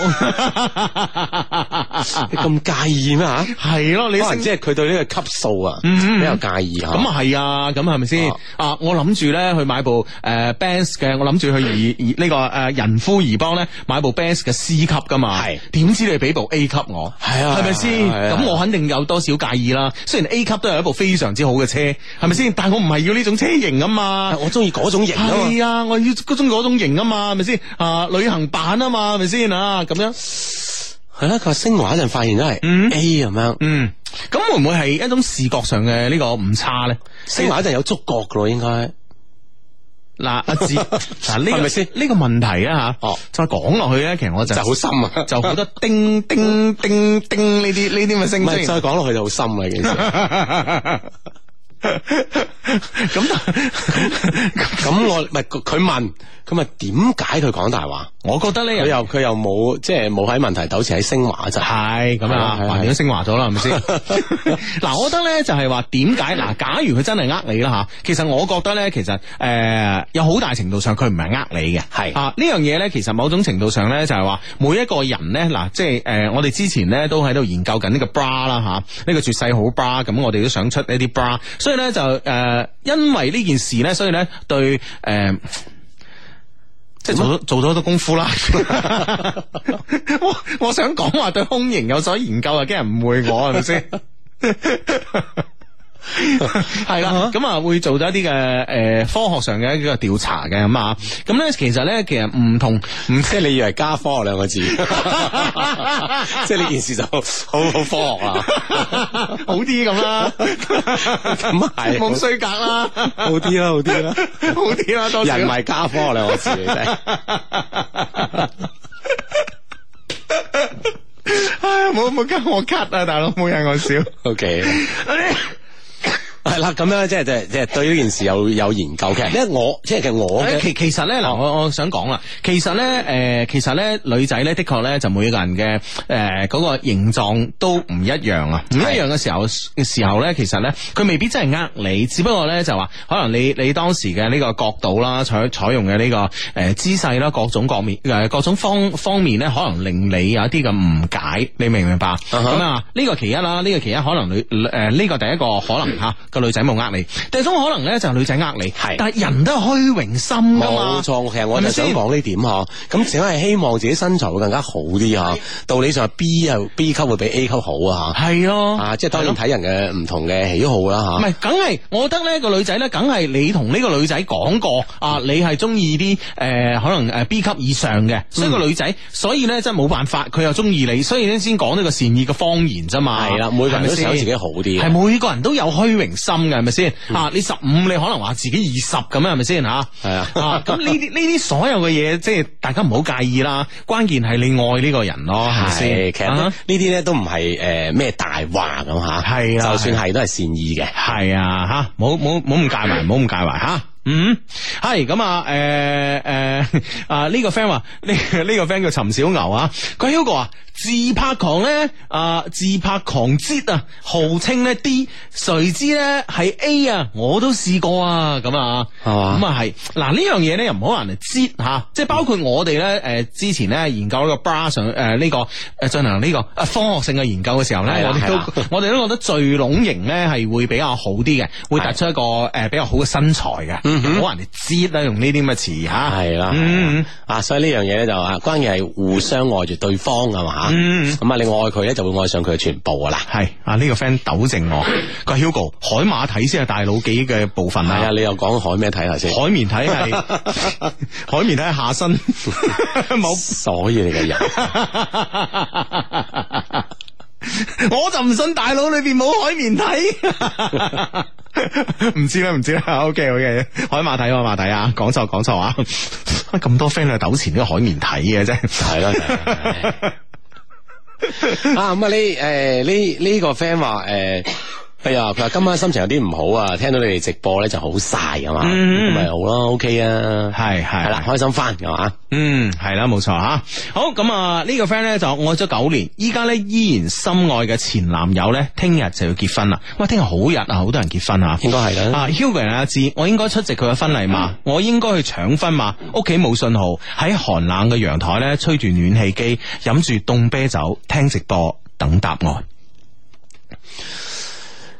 D: 你咁介意咩吓？
C: 係咯，你
D: 可
C: 升
D: 能即係佢對呢個級數啊
C: 嗯
D: 比較介意吓。
C: 咁啊係啊，咁係咪先
D: 啊
C: 啊？我諗住咧去買部诶 Benz 嘅，我諗住去 怡怡呢個诶仁孚怡邦咧買部 Benz 嘅 C 級噶嘛，
D: 係
C: 點知你俾部 A 級我，
D: 係啊
C: 係咪先？
D: 係啊係啊
C: 咁我肯定有多少介意啦。雖然 A 級都係一部非常之好嘅車，係咪先？但我唔係要呢種車型啊嘛
D: 嗯啊。我中意嗰種型啊嘛。
C: 係啊，我要嗰種嗰種型啊嘛，係咪先？啊，旅行版啊嘛，係咪先啊？咁樣。
D: 係啦，佢話升華嗰陣發現咗係
C: 嗯
D: A 咁樣，
C: 嗯，咁會唔會係一種視覺上嘅呢個誤差咧？
D: 升華嗰陣有觸覺噶咯，應該。
C: 嗱，阿 志，嗱呢個
D: 係咪先
C: 呢個問題啊吓，
D: 哦
C: 再講落去咧，其實我就
D: 就好深啊
C: 就好多叮叮叮叮呢啲呢啲咁嘅
D: 唔
C: 聲
D: 係，
C: 聲。
D: 再講落去就好深 啦，件事。
C: 咁
D: 咁我唔係佢佢問，咁啊點解佢講大話？
C: 我覺得 呢，
D: 佢又佢又冇即係冇喺問題糾纏喺升 華就
C: 係咁啊，
D: 係係
C: 環境升華咗啦，係咪 先？嗱，我覺得咧就係話點解嗱，假如佢真係呃你啦吓，其實我覺得咧，其實诶、呃有好大程度上佢唔係呃你嘅，
D: 係
C: 啊呢樣嘢咧，其實某種程度上咧就係話每一個人咧嗱，即係诶、呃我哋之前咧都喺度研究緊呢個 bra 啦吓，呢、個絕世好 bra，咁我哋都想出呢啲 bra，所以咧就诶、呃因為呢件事咧，所以咧對诶。呃即係做咗做咗好多功夫啦。啊 我我想講話對胸型有所研究啊，驚人誤會我係咪 先？係啦，咁啊會做咗一啲嘅诶科學上嘅一個調查嘅咁啊，咁咧其實咧其實唔同唔
D: 即係你以為加科學 兩個字，即係呢件事就好好科學啦，
C: 好啲咁啦，
D: 咁啊係
C: 冇衰格啦，
D: 好啲啦，好啲啦，
C: 好啲啦，多少
D: 人唔係加科學兩個字嚟啫。
C: 啊 唉，冇冇跟我咳啊，大佬冇引我笑。
D: O K，係啦，咁樣即係即係即係對呢件事有有研究 嘅。因為我即係其實我
C: 誒
D: 嘅
C: 其其實咧嗱，我我想講啦，其實咧誒、呃其實咧女仔咧的確咧就每個人嘅誒嗰個形狀都唔一樣啊，唔一樣嘅時候時候咧，其實咧佢未必真係呃你，只不過咧就話可能你你當時嘅呢個角度啦，採採用嘅呢、個誒、呃姿勢啦，各種各面誒、各種方方面咧，可能令你有一啲嘅誤解，你明唔明白？
D: 哈
C: 咁啊，呢個其一啦，呢個其一可能女誒呢個第一個可能吓個女仔冇呃你，第二種可能咧就係女仔呃你，
D: 係
C: 但係人都有虛榮心噶嘛
D: 冇。錯，其實我就想
C: 係咪先
D: 講呢點嗬，咁只係希望自己身材會更加好啲嗬。道理上 B 又 B 級會比 A 級好啊吓，
C: 哦係咯，
D: 啊即係當然睇人嘅唔同嘅喜好啦
C: 唔
D: 吓。
C: 係，梗係，我覺得咧個女仔咧，梗係你同呢個女仔講過啊，
D: 嗯
C: 你係中意啲誒可能誒呃 B 級以上嘅，所以個女
D: 嗯
C: 仔，所以咧真係冇辦法，佢又中意你，所以咧先講呢個善意嘅謊言啫嘛。
D: 係啦，每個人都想自己好啲
C: 係
D: 嘅。
C: 每個人都有虛榮心嘅，係咪先？啊，你十五你可能話自己二十咁樣，係咪先吓？
D: 係啊
C: 咁呢啲呢啲所有嘅嘢，即係大家唔好介意啦。關鍵係你愛呢個人咯，係咪
D: 係，
C: 先？
D: 其實呢
C: 啊
D: 啲咧都唔係誒咩大話咁吓，
C: 係啦
D: 就算係都係善意嘅。
C: 系啊，吓，冇冇冇咁介懷，冇咁介懷吓。嗯，系咁啊，诶、诶、啊呢、個个 friend 話，呢、 呢個 friend 叫陳小牛啊，佢 Hugo 啊，自拍狂咧，啊自拍狂折啊，號稱咧 D，誰知咧係 A 啊，我都試過啊，咁啊，
D: 係嘛
C: 咁啊係，嗱呢樣嘢咧又唔好人嚟折吓，即係包括我哋咧，诶之前咧研究呢個 bra 上诶呢、個个诶进行呢、個个啊科學性嘅研究嘅時候
D: 係
C: 咧，
D: 啦
C: 我哋
D: 係
C: 都。
D: 啦
C: 我哋都覺得聚攏型咧係會比較好啲嘅，會突出一個誒、呃比較好嘅身材嘅，唔好人哋知啦，用呢啲咁嘅詞嚇。
D: 嗯係啦，
C: 嗯
D: 係啦啊，所以呢樣嘢咧就啊，關鍵係互相愛住對方啊嘛吓，
C: 嗯
D: 咁啊你愛佢咧就會愛上佢嘅全部噶啦。
C: 係啊，呢、個 friend 糾正我，佢話 Hugo 海馬體先係大腦記憶嘅部分
D: 係
C: 啊
D: 啊，。你又講海咩睇下先？
C: 海綿體係 海綿體係下身，冇
D: 所以你嘅人。
C: 我就唔信大佬裏邊冇海綿 體，唔知啦，唔知啦。OK OK，海馬體海馬體啊，講錯講錯啊！咁多 friend 去糾纏呢個海綿體嘅啫。
D: 系咯，就係 啊咁啊呢诶呢呢個 friend 話诶。哎呀，佢話今晚心情有啲唔好啊，聽到你哋直播咧就好晒係嘛，咁咪、好咯，OK 啊，
C: 嗯係係
D: 係啦，開心翻係嘛，
C: 嗯，係啦，冇錯吓。好咁啊，呢個 friend 咧就愛咗九年，依家咧依然深愛嘅前男友咧，聽日就要結婚啦。喂，聽日好日啊，好多人結婚啊。
D: 應該係啦，
C: 啊，Hugo 阿志，我應該出席佢嘅婚禮嘛？我應該去搶婚嘛？屋企冇信號，喺寒冷嘅陽台咧，吹住暖氣機，飲住凍啤酒，聽直播，等答案。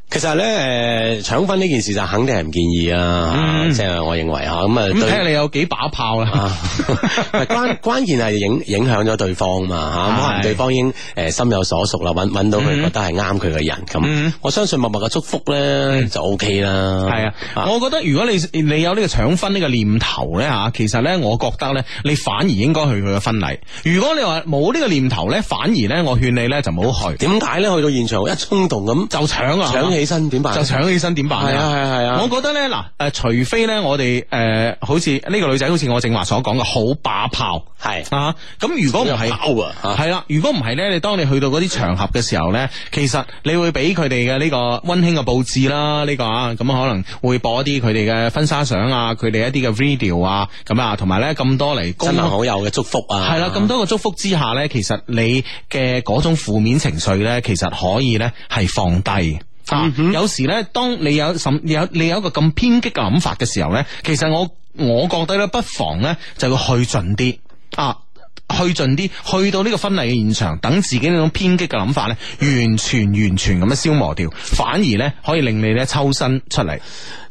D: 其實咧诶搶婚呢件事就肯定係唔建議啊，即係我認為吓，咁啊
C: 咁睇下
D: 對。
C: 你有幾把炮啦。
D: 啊， 唔係關關鍵係影影響咗對方嘛吓，咁可能
C: 係
D: 對方已經誒心有所屬啦，揾揾到佢
C: 嗯
D: 覺得係啱佢嘅人
C: 嗯
D: 咁，我相信默默嘅祝福咧就 O K 啦。
C: 係啊，我覺得如果你你有呢個搶婚呢個念頭咧吓，其實咧我覺得咧，你反而應該去佢嘅婚禮。如果你話冇呢個念頭咧，反而咧我勸你咧就唔好去，
D: 點解咧去到現場一衝動咁
C: 就搶啊，
D: 搶起身點辦？
C: 就搶起身點辦
D: 係啊係啊係啊！
C: 我覺得咧嗱，誒，除非咧，我哋誒、呃好似呢個女仔，好似我正話所講嘅，好把炮
D: 係
C: 啊！咁如果唔係，
D: 包啊嚇
C: 係啦，如果唔係咧，你當你去到嗰啲場合嘅時候咧，其實你會俾佢哋嘅呢個温馨嘅佈置啦，呢、個啊，咁可能會播一啲佢哋嘅婚紗相啊，佢哋一啲嘅 video 啊，咁啊，同埋咧咁多嚟公
D: 親朋好友嘅祝福啊，
C: 係啦，咁多個祝福之下咧，其實你嘅嗰種負面情緒咧，其實可以咧係放低。啊，有時咧，當你有甚有你有一個咁偏激嘅諗法嘅時候咧，其實我我覺得咧，不妨咧就要去盡啲啊。去盡啲，去到呢個婚禮嘅現場，等自己呢種偏激嘅諗法咧，完全完全咁樣消磨掉，反而咧可以令你咧抽身出嚟。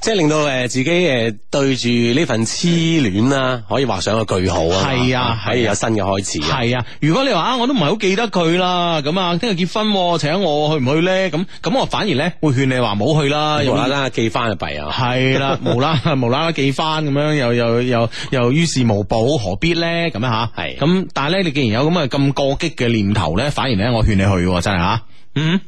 D: 即係令到誒自己誒對住呢份痴戀啦，可以畫上個句號啊，
C: 係啊
D: 可以有新嘅開始啊。
C: 系啊，如果你話啊，我都唔係好記得佢啦，咁啊，聽日結婚喎請我去唔去咧？咁咁我反而咧會勸你話唔好去啦，
D: 無
C: 有
D: 啦啦記翻就弊啊！
C: 係 啦，無啦無啦啦記翻咁樣，又又又又於事無補，何必咧？咁樣吓，
D: 係
C: 咁，但係咧，你既然有咁嘅咁過激嘅念頭咧，反而咧，我勸你去喎，真係吓。嗯，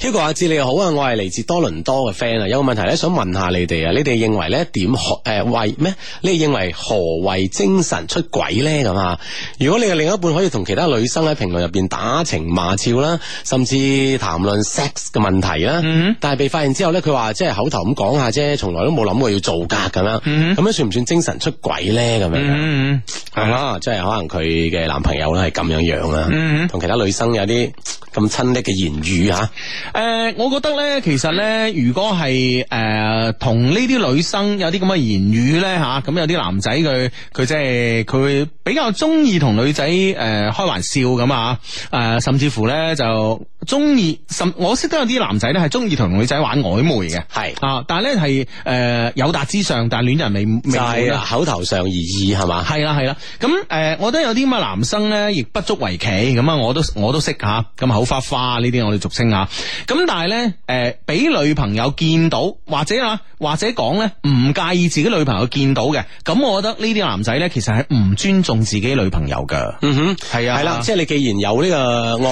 D: Hugo 阿志你好啊，我係嚟自多倫多嘅 friend 啊，有個問題咧想問下你哋啊，你哋認為咧點何诶為咩？你哋認為何為精神出軌咧咁啊？如果你嘅另一半可以同其他女生喺評論入边打情罵俏啦，甚至談論 sex 嘅問題啦，但係被發現之後咧，佢話即係口頭咁講下啫，從來都冇諗過要做噶咁樣，咁、樣算唔算精神出軌咧？咁樣
C: 嗯，
D: 係啦，即係可能佢嘅男朋友咧係咁樣樣
C: 嗯
D: 啦，同、其他女生有啲咁親昵嘅言語啊吓。
C: 诶、呃我覺得咧，其實咧，如果係诶同呢啲女生有啲咁嘅言語咧吓，咁、有啲男仔佢佢即係佢比較中意同女仔诶、呃、开玩笑咁啊，诶、甚至乎咧就中意，甚我識得有啲男仔咧係中意同女仔玩曖昧嘅，
D: 係
C: 啊，但係咧係诶有達之上，但係戀人未未
D: 就
C: 滿
D: 係啊
C: 啦。
D: 口頭上而已係嘛？
C: 系啦系啦，咁诶、呃我覺得有啲咁嘅男生咧，亦不足為奇。咁啊，我都我都識吓，咁口花花呢啲我哋俗稱吓。咁但係咧，诶、俾女朋友見到，或者啊，或者講咧，唔介意自己女朋友見到嘅，咁我覺得呢啲男仔咧，其實係唔尊重自己女朋友噶。
D: 嗯哼。
C: 係啊，
D: 係啦，即係你既然有呢個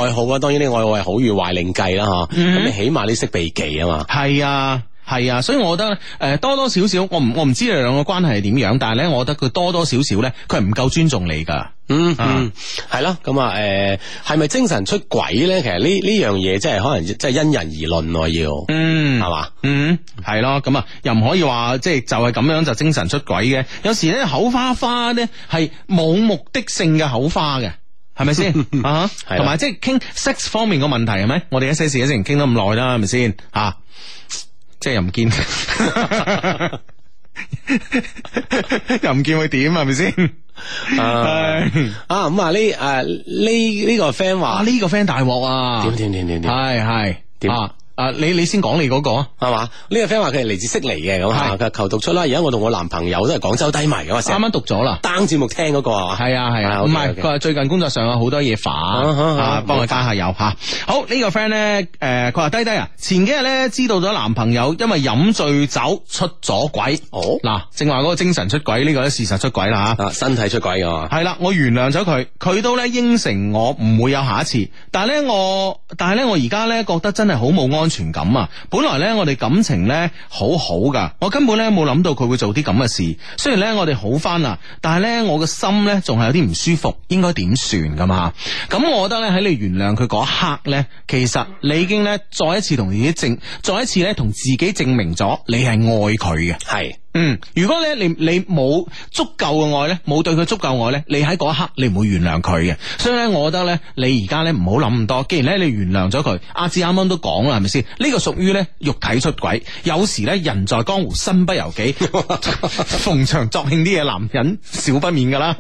D: 愛好啊，當然呢個愛好係好與壞另計啦，吓、咁你起碼你識避忌啊嘛。
C: 係啊。係啊，所以我覺得诶、呃多多少少，我唔我唔知你兩個關係係點樣，但係咧，我覺得佢多多少少咧，佢係唔夠尊重你㗎。
D: 嗯
C: 啊
D: 嗯，係啦，咁啊，诶、係咪精神出軌咧？其實呢呢樣嘢真係可能真係因人而論咯，要
C: 嗯
D: 係嘛？
C: 嗯，系咯，咁啊，又唔可以话即系就系咁样就精神出轨嘅。有时咧口花花咧系冇目的性嘅口花嘅。系 咪先啊？
D: 係啦
C: 同埋即系倾 sex 方面嘅問題係咪？我哋一些事一些情傾咗咁耐啦，係咪先啊？即係又唔見， 又唔見佢點係咪先？
D: 啊
C: 唉
D: 啊咁啊，呢诶呢呢個 friend
C: 啊
D: 話
C: 呢個 friend 大鑊啊！
D: 點點點點點
C: 係係
D: 點
C: 啊啊！你你先講你嗰個啊！
D: 係嘛？呢、個 friend 話佢係嚟自悉尼嘅咁啊，
C: 係
D: 佢話求讀出啦。而家我同我男朋友都係廣州低迷咁啊，
C: 啱
D: 成日
C: 啱讀咗啦。
D: 單節目聽嗰、個係嘛？
C: 系啊系
D: 啊
C: 啊，唔
D: ，OK，
C: 系
D: OK
C: 佢話最近工作上有好多嘢煩
D: 啊啊
C: 啊，幫佢加下油吓。好呢個 friend 咧，诶，佢話低低啊，前幾日咧知道咗男朋友因為飲醉酒出咗軌。
D: 哦
C: 嗱，正話嗰個精神出軌呢個咧事實出軌啦吓。
D: 啊，身體出軌嘅嘛。
C: 係啦，我原諒咗佢，佢都咧應承我唔會有下一次。但係咧我，但係咧我而家咧覺得真係好冇安全感啊！本來咧我哋感情咧好好噶，我根本咧冇諗到佢會做啲咁嘅事。雖然咧我哋好翻啦，但係咧我嘅心咧仲係有啲唔舒服，應該點算噶嘛？咁我覺得咧喺你原諒佢嗰一刻咧，其實你已經咧再一次同自己證，再一次咧同自己證明咗你係愛佢嘅。
D: 係。
C: 嗯，如果咧你你冇足夠嘅愛咧，冇對佢足夠愛咧，你喺嗰一刻你唔會原諒佢嘅。所以咧，我覺得咧，你而家咧唔好諗咁多。既然咧你原諒咗佢，阿志啱啱都講啦，係咪先？呢、個屬於咧肉體出軌。有時咧人在江湖身不由己， 逢場作興啲嘢，男人少不免噶啦，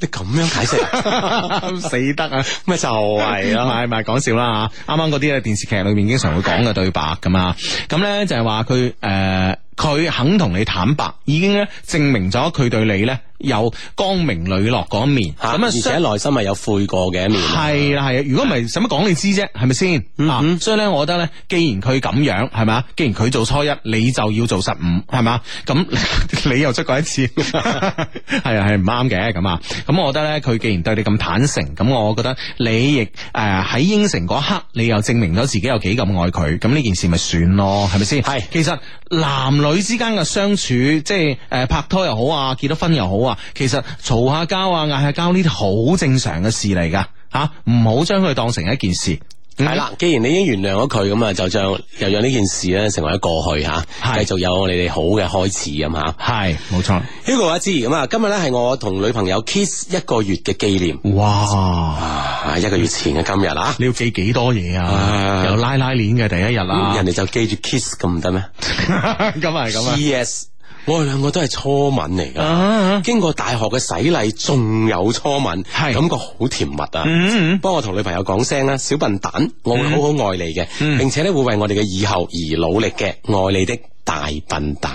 D: 你咁樣 解釋，
C: 死得啊！
D: 咪就係
C: 唔
D: 咯。
C: 係唔係啊講笑啦吓，啱啱嗰啲咧電視劇裏面經常會講嘅對白噶嘛，咁咧就係話佢诶，佢、肯同你坦白，已經咧證明咗佢對你咧有光明磊落嗰一面，
D: 吓，咁啊，而且內心係有悔過嘅一面。嗯
C: 系啦系啊，如果唔系使乜講你知啫，係咪先？啊，所以咧，我覺得咧，既然佢咁樣係咪啊？既然佢做初一，你就要做十五，係咪啊？咁 你又出過一次， 係啊係唔啱嘅咁啊。咁我覺得咧，佢既然對你咁坦誠，咁我覺得你亦诶喺應承嗰刻，你又證明咗自己有幾咁愛佢，咁呢件事咪算咯，係咪先？
D: 係
C: 其實男女之間嘅相處，即係诶拍拖又好啊，結咗婚又好啊，其實嘈下交啊、嗌下交呢啲好正常嘅事嚟噶吓，唔好將佢當成一件事。嗯系
D: 係，啦，既然你已經原諒咗佢，咁啊，就將又讓呢件事咧成為咗過去吓，繼
C: 係
D: 續有你哋好嘅開始咁吓。
C: 係冇錯。
D: Hugo 阿芝咁啊，今日咧係我同女朋友 kiss 一個月嘅紀念，
C: 哇！
D: 啊，一個月前嘅今日啊，
C: 你要記幾多嘢啊？
D: 啊嗯
C: 有拉拉鏈嘅第一日啊，
D: 人哋就記住 kiss 咁唔得咩
C: 咁啊係咁啊
D: ？P.S. 我哋兩個都係初吻嚟
C: 啊
D: 噶。
C: 啊，
D: 經過大學嘅洗禮，仲有初吻，
C: 係
D: 感覺好甜蜜
C: 嗯
D: 啊！
C: 嗯嗯
D: 幫我同女朋友講聲啦，小笨蛋，我會好好愛你嘅，並且咧會
C: 哦啊
D: 為我哋嘅以後而努力嘅，愛你的大笨蛋。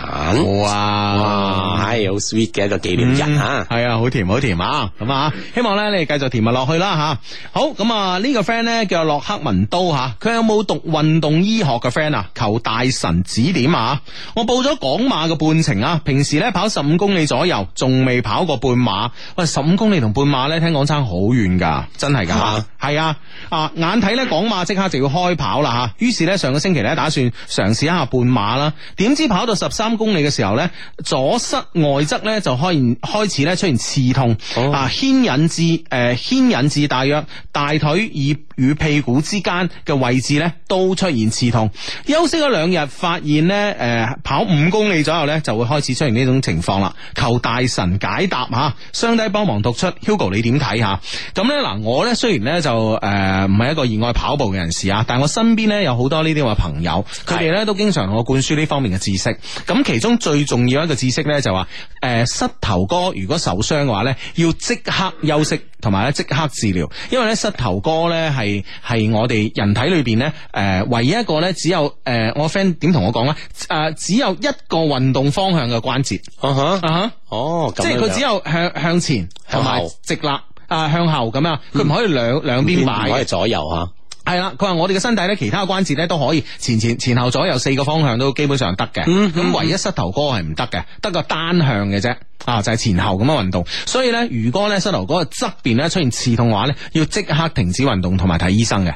C: 哇！
D: 係好 sweet 嘅一個紀念日啊！
C: 系啊，好甜好甜啊！咁啊，希望咧你哋繼續甜蜜落去啦吓。好咁啊，呢個 friend 咧叫洛克文都吓，佢有冇讀運動醫學嘅 friend 啊？求大神指點啊！我報咗港馬嘅半程啊，平時咧跑十五公里左右，仲未跑過半馬。喂，十五公里同半馬咧，聽講差好遠㗎，真係㗎
D: 啊。
C: 係啊，啊眼睇咧港馬即刻就要開跑啦吓，於是咧上個星期咧打算嘗試一下半馬啦，點知跑到十三公里嘅時候咧，左膝外側咧就開現開始咧出現刺痛，
D: 哦
C: 啊牽引至誒、呃、牽引至大約大腿與與屁股之間嘅位置咧都出現刺痛，休息咗兩日，發現咧誒、呃跑五公里左右咧就會開始出現呢種情況啦，求大神解答吓，雙低幫忙讀出，Hugo 你點睇吓？咁咧嗱，我咧雖然咧就誒唔係一個熱愛跑步嘅人士啊，但我身邊咧有好多呢啲咁嘅朋友，佢哋咧都經常同我灌輸呢方面嘅知識。咁其中最重要一個知識咧就話，誒、呃膝頭哥如果受傷嘅話咧，要即刻休息，同埋咧即刻治療，因為咧膝頭哥咧係係我哋人體裏邊咧誒唯一一個咧只有誒、呃我 friend 點同我講咧誒只有一個運動方向嘅關節
D: 啊哈，
C: 啊哈
D: 哦，咁
C: 即係
D: 樣
C: 佢
D: 樣
C: 只有向向前同埋
D: 向後嗯
C: 直立啊向後咁啊，佢唔可以兩兩邊擺
D: 唔可
C: 嘅。
D: 以左右啊吓，
C: 係啦，佢話我哋嘅身體咧，其他嘅關節咧都可以前前前後左右四個方向都基本上得嘅。
D: 嗯
C: 咁、唯一膝頭哥係唔得嘅，得個單向嘅啫。啊，就係前後咁樣運動。所以咧，如果咧膝頭哥嘅側邊咧出現刺痛嘅話咧，要即刻停止運動同埋睇醫生嘅。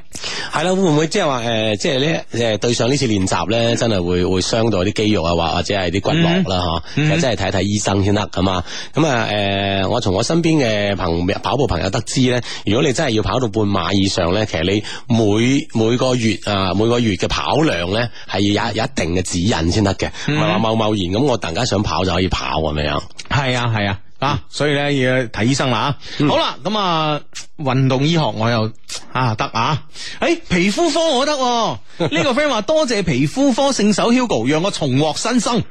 D: 係啦，會唔會即係話诶，誒即係咧诶，誒對上呢次練習咧，真係會會傷到啲肌肉啊，或或者係啲骨
C: 嗯
D: 骼啦吓，其實真係睇一睇醫生先得咁啊。咁啊诶，誒我從我身邊嘅朋跑步朋友得知咧，如果你真係要跑到半馬以上咧，其實你每每個月啊每個月嘅跑量咧係要有有一定嘅指引先得嘅，唔
C: 嗯
D: 係話貿貿然咁我突然間想跑就可以跑咁樣樣。
C: 係啊，係啊。啊，
D: 嗯
C: 所以咧要睇醫生啦啊！好啦，咁啊，運動醫學我又啊得啊，诶、皮膚科我得喎、 呢、個 friend 話多謝皮膚科聖手 Hugo 讓我重獲新生。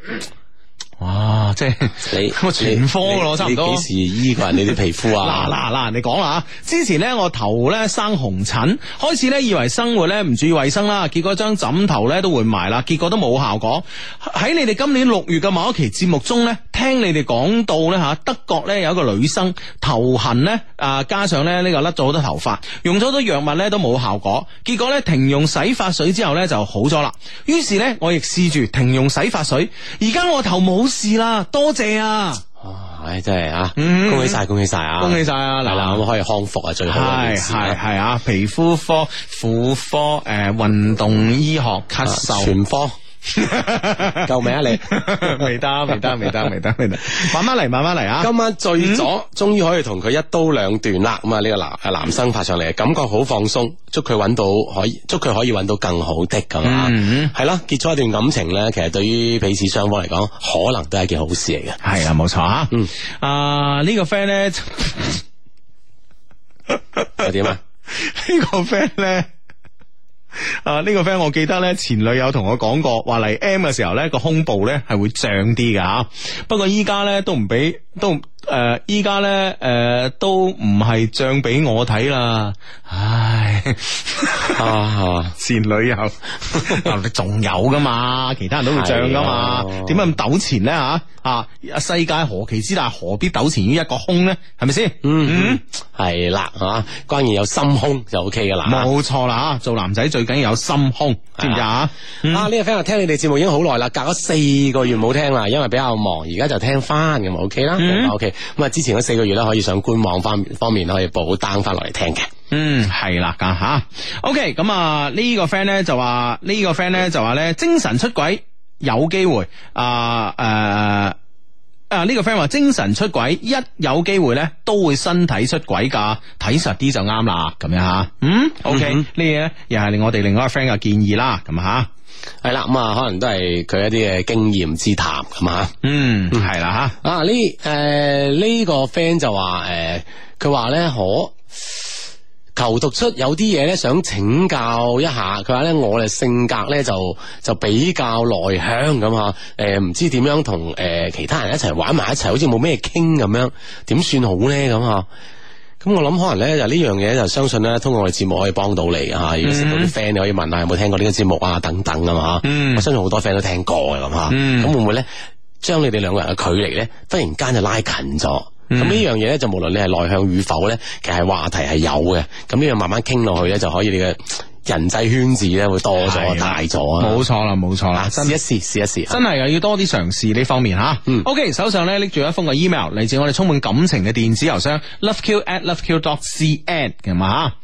C: 哇！即係
D: 你
C: 我啊全科噶
D: 你
C: 咯，差唔
D: 你
C: 多
D: 幾。時醫過人哋啲皮膚啊？
C: 嗱嗱嗱，你講啦啊之前咧我頭咧生紅疹，開始咧以為生活咧唔注意衛生啦，結果張枕頭咧都換埋啦，結果都冇效果。喺你哋今年六月嘅某一期節目中咧，聽你哋講到咧吓德國咧有一個女生頭痕咧啊，加上咧呢個甩咗好多頭髮，用咗好多藥物咧都冇效果，結果咧停用洗髮水之後咧就好咗啦。於是咧我亦試住停用洗髮水，而家我頭冇事啦，多謝啊！
D: 啊唉，真係啊，
C: 嗯
D: 恭喜晒，恭喜晒啊！
C: 恭喜晒啊！
D: 係
C: 嗱
D: 啦，
C: 嗱
D: 咁可以康復啊，最好嘅
C: 係
D: 件
C: 係
D: 事啊
C: 係啊！皮膚科、婦科、诶、運動醫學、咳
D: 啊
C: 嗽，
D: 全科救命啊你！
C: 嗯未得未得未得未得未得，慢慢嚟慢慢嚟啊！
D: 今晚醉咗，終於可以同佢一刀兩斷啦！咁啊，呢個男啊男生發上嚟，感覺好放鬆，祝佢揾到可以，祝佢可以揾到更好的咁啊！
C: 嗯
D: 係啦，結束一段感情咧，其實對於彼此雙方嚟講，可能都係一件好事嚟嘅。
C: 係啦，冇錯啊！
D: 嗯
C: 啊呢個 friend 咧，呢
D: 又 點啊？
C: 個 friend 咧。啊！呢、個 friend 我記得咧，前女友同我講過，話嚟 M 嘅時候咧，個胸部咧係會脹啲噶吓。不過依家咧都唔俾，都誒依家咧誒都唔係脹俾我睇啦。唉。
D: 啊，
C: 前女友， 啊你仲有噶嘛？其他人都會漲噶嘛
D: 係啊？
C: 點解咁糾纏咧？吓啊！世界何其之大，何必糾纏於一個空咧？係咪先？
D: 嗯，係啦，啊，關鍵有心胸就 OK 噶啦。
C: 嗯冇錯啦！吓，做男仔最緊要有心胸，知唔知啊？
D: 啊！呢、個 friend 話聽你哋節目已經好耐啦，隔咗四個月冇聽啦，因為比較忙，而家就聽翻咁啊 OK 啦咁啊，OK 咁啊，之前嗰四個月咧可以上官網方方面可以補 down 翻落嚟聽嘅。
C: 嗯，係啦噶吓。OK，咁啊呢個 friend 咧就話呢個 friend 咧就話咧精神出軌有機會啊誒。啊！呢、個 friend 話精神出軌，一有機會咧都會身體出軌㗎，睇實啲就啱啦，咁樣吓。嗯，OK，呢嘢咧又係我哋另外一個 friend 嘅建議啦，咁吓。
D: 係啦，咁啊，可能都係佢一啲嘅經驗之談咁啊。
C: 嗯，係啦
D: 啊，呢誒呢個 friend 就話誒，佢話咧可。求讀出有啲嘢咧，想請教一下。佢話咧，我哋性格咧就就比較內向咁吓，誒、唔知點樣同誒、呃其他人一齊玩埋一齊，好似冇咩傾咁樣，點算好咧咁啊吓？咁我諗可能咧就呢樣嘢就相信咧，通過我哋節目可以幫到你嘅吓。如果識到啲 friend，你可以問下有冇聽過呢個節目啊等等啊嘛。
C: 嗯
D: 我相信好多 friend 都聽過嘅咁吓。咁、
C: 嗯
D: 會唔會咧？將你哋兩個人嘅距離咧，忽然間就拉近咗。
C: 嗯
D: 咁呢樣嘢咧，就無論你係內向與否咧，其實係話題係有嘅。咁呢樣慢慢傾落去咧，就可以你嘅人際圈子咧會多
C: 係
D: 咗、
C: 啦
D: 大咗啊。
C: 冇錯啦，冇錯啦，
D: 啊，
C: 真
D: 試一試，試一試。
C: 真係啊又要多啲嘗試呢方面吓。
D: 嗯
C: OK，手上咧拎住一封嘅 email，嚟自我哋充滿感情嘅電子郵箱 loveq at loveq dot cn 嘅嘛吓。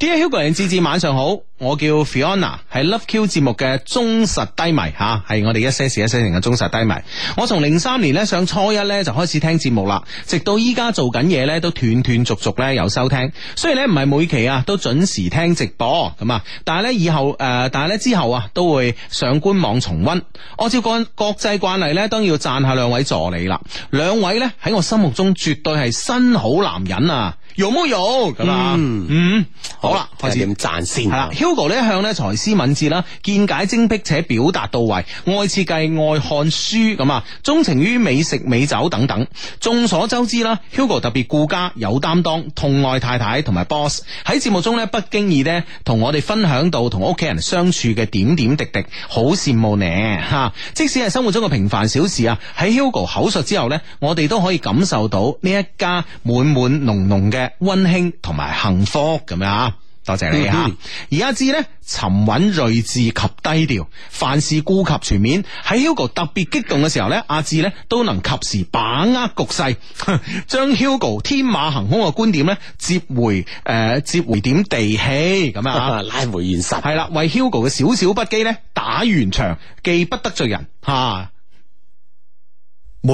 C: Dear Hugo 人志志晚上好，我叫 Fiona，係 LoveQ 節目嘅忠實低迷吓，係我哋一些事一些情嘅忠實低迷。我從零三年咧上初一咧就開始聽節目啦，直到依家做緊嘢咧都斷斷續續咧有收聽。雖然咧唔係每期啊都準時聽直播咁啊，但係咧以後誒、呃但係咧之後啊都會上官網重溫。按照國國際慣例咧，當然要讚下兩位助理啦。兩位咧喺我心目中絕對係新好男人啊，有冇有咁啊？
D: 嗯
C: 嗯，好啦，
D: 睇
C: 開
D: 下
C: 始
D: 點讚先
C: 係。啦，Hugo 呢一向咧才思敏捷啦，見解精辟且表達到位，愛設計、愛看書咁啊，鍾情於美食、美酒等等。眾所周知啦，Hugo 特別顧家、有擔當、痛愛太太同埋 boss。喺節目中咧，不經意咧同我哋分享到同屋企人相處嘅點點滴滴，好羨慕你吓、即使係生活中嘅平凡小事啊，喺 Hugo 口述之後咧，我哋都可以感受到呢一家滿滿濃濃嘅溫馨同埋幸福咁樣啊！多謝你吓
D: 嗯，
C: 而家志呢，沉穩、睿智及低調，凡事顧及全面。喺 Hugo 特別激動嘅時候呢，阿志呢都能及時把握局勢， 將 Hugo 天馬行空嘅觀點呢接回誒、呃接回點地氣咁啊
D: 啊！拉回現實。
C: 係啦，為 Hugo 嘅小小不羈呢打完場，既不得罪人啊吓。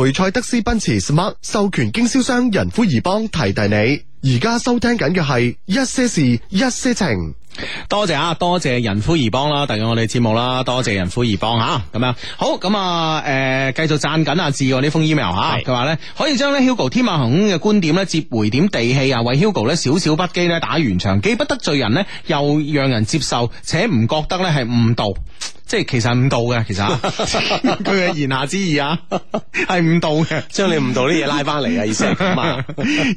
A: 梅賽德斯奔馳 Smart 授權經銷商仁孚怡邦提提你，而家收聽緊嘅係一些事一些情。
C: 多謝啊，多謝仁夫怡邦啦，特約我哋節目啦，多謝仁夫怡邦吓，咁樣好咁啊，誒、繼續讚緊阿志喎呢封 email 吓，
D: 係
C: 佢話咧可以將咧 Hugo 天馬行空嘅觀點咧接回點地氣啊，為 Hugo 咧少少不羈咧打完場，既不得罪人咧，又讓人接受，且唔覺得咧係誤導。即係其實係誤導嘅，其實啊佢嘅言下之意啊，係誤導嘅。
D: 將你誤導啲嘢拉翻嚟啊！意思係咁啊，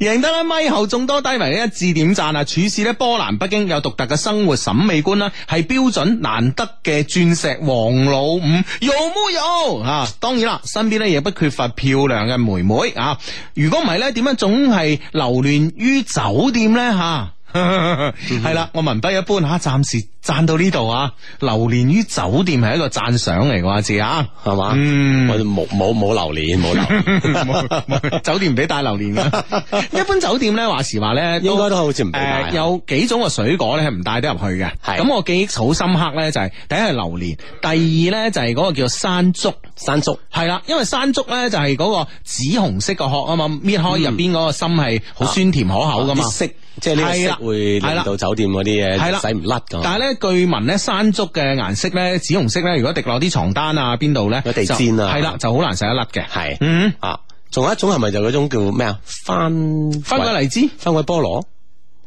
C: 贏得咧咪後眾多低迷嘅一致點讚啊！處事咧波瀾不驚，有獨特嘅生活審美觀啦，係標準難得嘅鑽石王老五，有冇有啊？當然啦，身邊咧亦不缺乏漂亮嘅妹妹啊！如果唔係咧，點樣總係流連於酒店咧吓？ 係啦，我文筆一般吓，暫時讚到呢度啊！流連於酒店係一個讚賞嚟啩，字啊，
D: 係嘛？
C: 嗯
D: 我哋冇冇冇榴蓮，冇榴 蓮，
C: 冇冇酒店唔俾帶榴蓮 嘅。一般酒店咧，話時話咧，
D: 應該都好似唔俾帶
C: 誒有幾種嘅水果咧係唔帶得入去嘅。
D: 係
C: 咁我記憶好深刻咧，就係第一係榴蓮，第二咧就係嗰個叫山竹。
D: 山竹。
C: 係啦，因為山竹咧就係嗰個紫紅色嘅殼啊嘛，搣開入邊嗰個心係好酸甜可口噶嘛。
D: 嗯啊啲色哦即係呢個
C: 係
D: 色
C: 啦
D: 會
C: 係
D: 令
C: 啦
D: 到酒店嗰啲
C: 係啦
D: 嘢洗唔甩噶
C: 但係
D: 嘛，
C: 咧，據聞咧，山竹嘅顏色咧，紫紅色咧，如果滴落啲床單啊，邊度咧，
D: 有地氈啊
C: 就係啦，就好難洗得甩嘅。
D: 係
C: 嗯，
D: 啊，仲有一種係咪就嗰種叫咩啊？番
C: 翻個荔枝。
D: 番鬼菠蘿，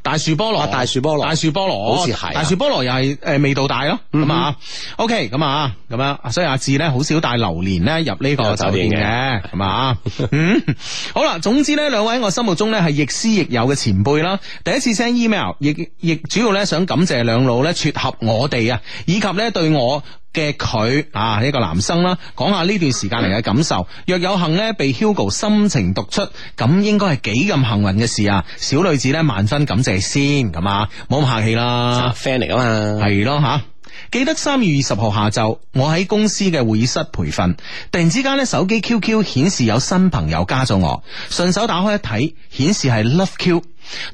C: 大樹菠蘿、
D: 啊大樹菠蘿
C: 大樹菠蘿，
D: 好似係啊嗯
C: 大樹菠蘿又係诶味道大咯，咁啊，OK，咁啊，咁啊，所以阿志咧好少帶榴蓮咧入呢個酒店
D: 入酒店
C: 嘅，咁啊，嗯，好啦，總之呢，兩位喺我心目中咧係亦師亦友嘅前輩啦。第一次 send email，亦亦主要咧想感謝兩老咧撮合我哋啊，以及咧對我。嘅佢啊，一個男生啦，講下呢段時間嚟嘅感受。若有幸呢，被 Hugo 深情讀出，咁應該係幾咁幸運嘅事啊！小女子呢，萬分感謝先，咁啊，冇咁客氣啦。
D: friend 啊嚟噶嘛，
C: 啊係咯吓。記得三月二十號下晝，我喺公司嘅會議室培訓，突然之間咧手機 QQ 顯示有新朋友加咗我，順手打開一睇，顯示係 Love Q。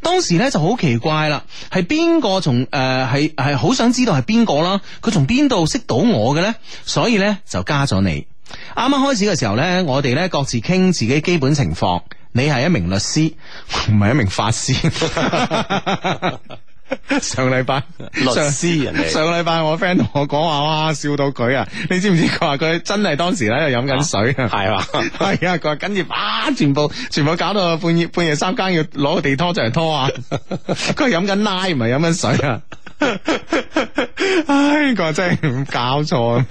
C: 當時咧就好奇怪啦，係邊個從誒呃係係好想知道係邊個啦？佢從邊度識到我嘅呢？所以咧就加咗你。啱啱開始嘅時候呢，我哋呢各自傾自己基本情況。你係一名律師，唔係一名法師。 上禮拜
D: 律師人哋
C: 上上禮拜我 friend 同我講話，哇笑到佢啊！你知唔知佢話佢真係當時喺度飲緊水啊？
D: 係嘛？
C: 係啊，佢話跟住啊，全部全部搞到半夜半夜三更要攞個地拖出嚟拖 啊！佢係飲緊奶唔係飲 緊水啊！唉，佢話真係搞錯啊！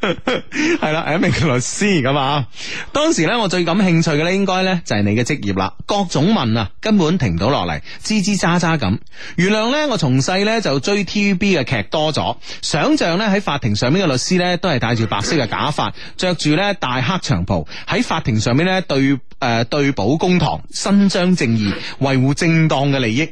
C: 系啦，系一名律師咁啊。當時咧，我最感興趣嘅咧，應該咧就係你嘅職業啦。各種問啊，根本停唔到落嚟，吱吱喳喳咁。原諒咧，我從細咧就追 TVB 嘅劇多咗，想像咧喺法庭上面嘅律師咧都係戴住白色嘅假髮，着住咧大黑長袍，喺法庭上面咧對誒、呃、對簿公堂，伸張正義，維護正當嘅利益。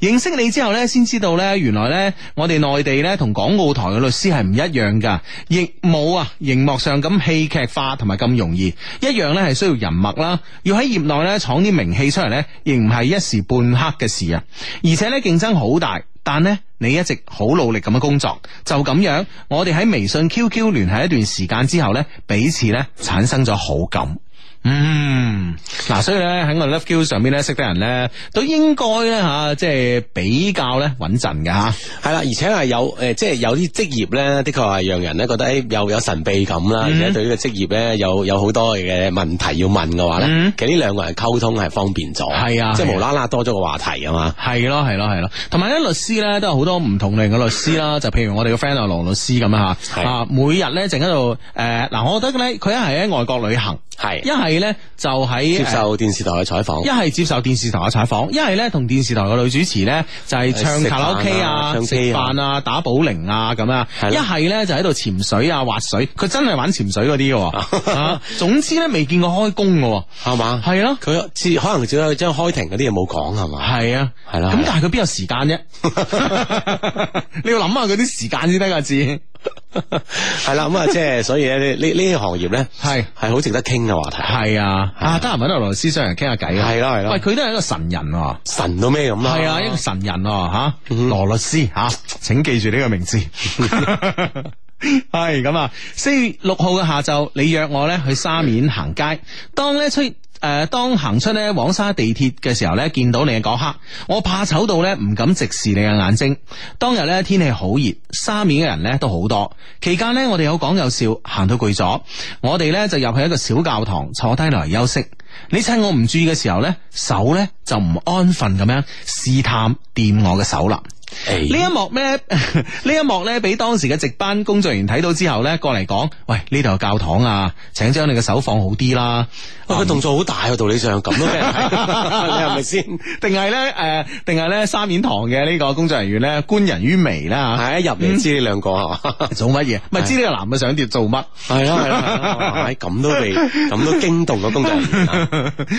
C: 認識你之後呢，先知道呢，原來呢，我哋內地呢同港澳台嘅律師係唔一樣噶，亦冇啊熒幕上咁戲劇化同埋咁容易，一樣呢係需要人脈啦，要喺業內呢闖啲名氣出嚟呢，亦唔係一時半刻嘅事啊，而且呢，競爭好大。但呢，你一直好努力咁樣工作，就咁樣，我哋喺微信、QQ 聯繫一段時間之後呢，彼此呢產生咗好感。嗯，嗱，所以咧喺我 Love Q 上邊咧識得人咧，都應該咧吓，即係比較咧穩陣嘅吓。
D: 係啦，而且係有诶、呃即係有啲職業咧，的確係讓人咧覺得诶、又有神秘感
C: 嗯
D: 啦，而且對呢個職業咧有有好多嘅問題要問嘅話咧，
C: 嗯
D: 其實呢兩個人溝通係方便咗，
C: 係啊
D: 即
C: 係啊
D: 係無啦啦多咗個話題啊嘛。
C: 系咯，系咯，系咯，同埋咧，律師咧都有好多唔同類型嘅律師啦，就譬如我哋個 friend 阿羅律師咁啊吓，
D: 係
C: 啊每日咧淨喺度诶，嗱、我覺得咧佢一係喺外國旅行，
D: 係
C: 一係咧就喺
D: 接
C: 呃
D: 受電視台嘅採訪
C: 一。係接受電視台嘅採訪，一係咧同電視台嘅女主持咧就係唱
D: 食飯
C: 卡
D: 啊
C: 拉 OK 啊、
D: 唱
C: 食
D: K 啊
C: 飯啊、打保齡啊咁啊，
D: 係
C: 一
D: 啦
C: 係咧就喺度潛水啊、滑水，佢真係玩潛水嗰啲嘅 喎。啊總之咧未見過開工嘅喎，
D: 係嘛？
C: 係咯
D: 佢只可能只有將開庭嗰啲嘢冇講係嘛？
C: 係啊，
D: 係啦
C: 咁
D: 係啦
C: 但係佢邊有時間 啫？你要諗下佢啲時間先得㗎， 知
D: 係啦，咁啊，即係所以咧，呢呢呢個行業咧
C: 係
D: 係好值得傾嘅話題。
C: 係啊，啊得閒揾阿羅師上嚟傾下偈啊。
D: 係啦係啦
C: 喂，佢都係一個神人喎。
D: 神到咩咁啦？嗯
C: 系啊，一个神人啊，吓罗律師吓，请記住呢個名字。 係咁啊，四月六號嘅下晝，你約我咧去沙面行街。當咧出诶、呃，当行出咧黃沙地鐵嘅時候咧，見到你嘅嗰刻，我怕醜到咧唔敢直視你嘅眼睛。當日咧天氣好熱，沙面嘅人咧都好多。期間咧，我哋有講有笑，行到攰咗，我哋咧就入去一個小教堂坐低落嚟休息。你趁我唔注意嘅時候咧，手咧就唔安分咁樣試探掂我嘅手啦。
D: 誒
C: 呢一 幕咧，呢一幕咧，俾當時嘅值班工作人員睇到之後咧，過嚟講：，喂，呢度有教堂啊，請將你嘅手放好啲啦。
D: 喂，佢動作好大喎，道理 上咁都俾人睇，你係咪先？
C: 定係咧，誒、定係咧，三面堂嘅呢個工作人員咧，觀人於微啦
D: 係一入嚟知呢兩個係嘛？
C: 嚇做乜嘢？咪知呢個男嘅想碟做乜？
D: 係啦係啦，
C: 啊
D: 哇咁都被咁都驚動個工作人 員啊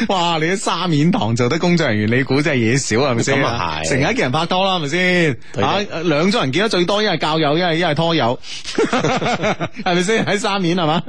C: 哇！你喺沙面堂做得工作人員，你估真係嘢少係咪先？
D: 咁啊係
C: 成日一個人拍拖啦，係咪先？
D: 對
C: 啊，兩種人見得最多，一係教友，一係一係拖友， 係咪先？喺沙面係嘛？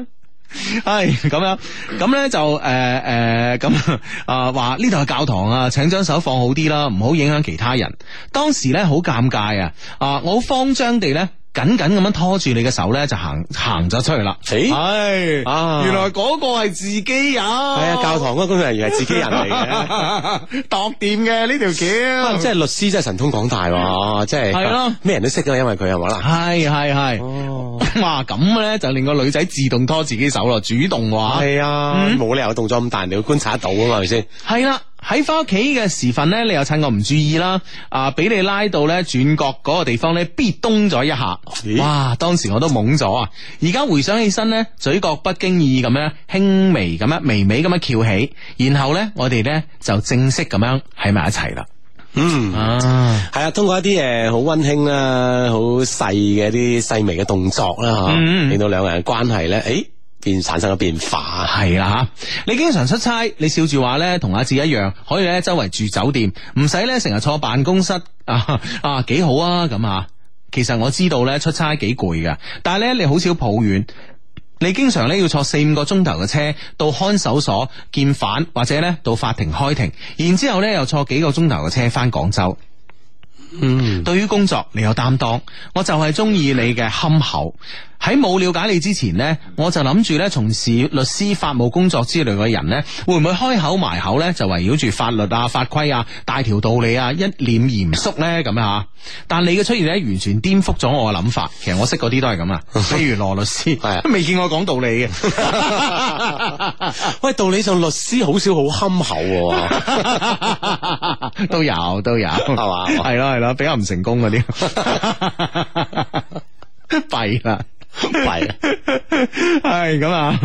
C: 系咁樣，咁咧就诶诶咁 啊話呢度係教堂啊，請將手放好啲啦，唔好影響其他人。當時咧好尷尬啊，啊我好慌張地咧緊緊咁樣拖住你嘅手咧就行行咗出去啦。
D: 咦
C: 係
D: 啊
C: 原來嗰個係自己人。
D: 係啊，教堂嗰個工作人員係自己人嚟嘅。
C: 度掂嘅呢條
D: 啊
C: 橋，
D: 即係律師真係神通廣大喎，即係
C: 係咯
D: 咩人都識㗎，因為佢係咪啦？
C: 係係係，
D: 哦，
C: 哇咁咧就令個女仔自動拖自己手咯，主動話
D: 係啊，
C: 嗯
D: 冇理由動作咁大，你要觀察得到啊嘛，係咪先？
C: 係啦。喺翻屋企嘅時分咧，你又趁我唔注意啦，啊，俾你拉到咧轉角嗰個地方咧，必東咗一下
D: 咦，
C: 哇！當時我都懵咗啊！而家回想起身咧，嘴角不經意咁樣輕微咁樣微微咁樣翹起，然後咧我哋咧就正式咁樣喺埋一齊啦。
D: 嗯。
C: 啊，
D: 係啊，通過一啲誒好温馨啦、好細嘅一啲細微嘅動作啦，嚇、
C: 嗯
D: 令到兩個人嘅關係咧，誒變產生咗變化。
C: 系啊啦吓，你經常出差，你笑住話咧，同阿志一樣，可以咧周圍住酒店，唔使咧成日坐辦公室啊 啊，几好啊咁啊。其實我知道咧出差幾攰噶，但係咧你好少抱怨。你經常咧要坐四五個鐘頭嘅車到看守所見犯，或者咧到法庭開庭，然之後咧又坐幾個鐘頭嘅車翻廣州。
D: 嗯，
C: 對於工作你有擔當，我就係中意你嘅憨厚。喺冇了解你之前呢，我就諗住咧從事律師、法務工作之類嘅人呢，會唔會開口埋口呢？就圍繞住法律啊、法規啊、大條道理啊，一臉嚴肅呢？咁啊？但你嘅出現呢，完全顛覆咗我嘅諗法。其實我識嗰啲都係 咁啊，譬如羅律
D: 係啊
C: 師，未見我講道理嘅。
D: 喂，道理上律師好少好憨厚喎，
C: 都有都有，系
D: 嘛
C: 系咯系咯，比較唔成功嗰啲，弊啦。
D: 弊啊！
C: 系咁啊！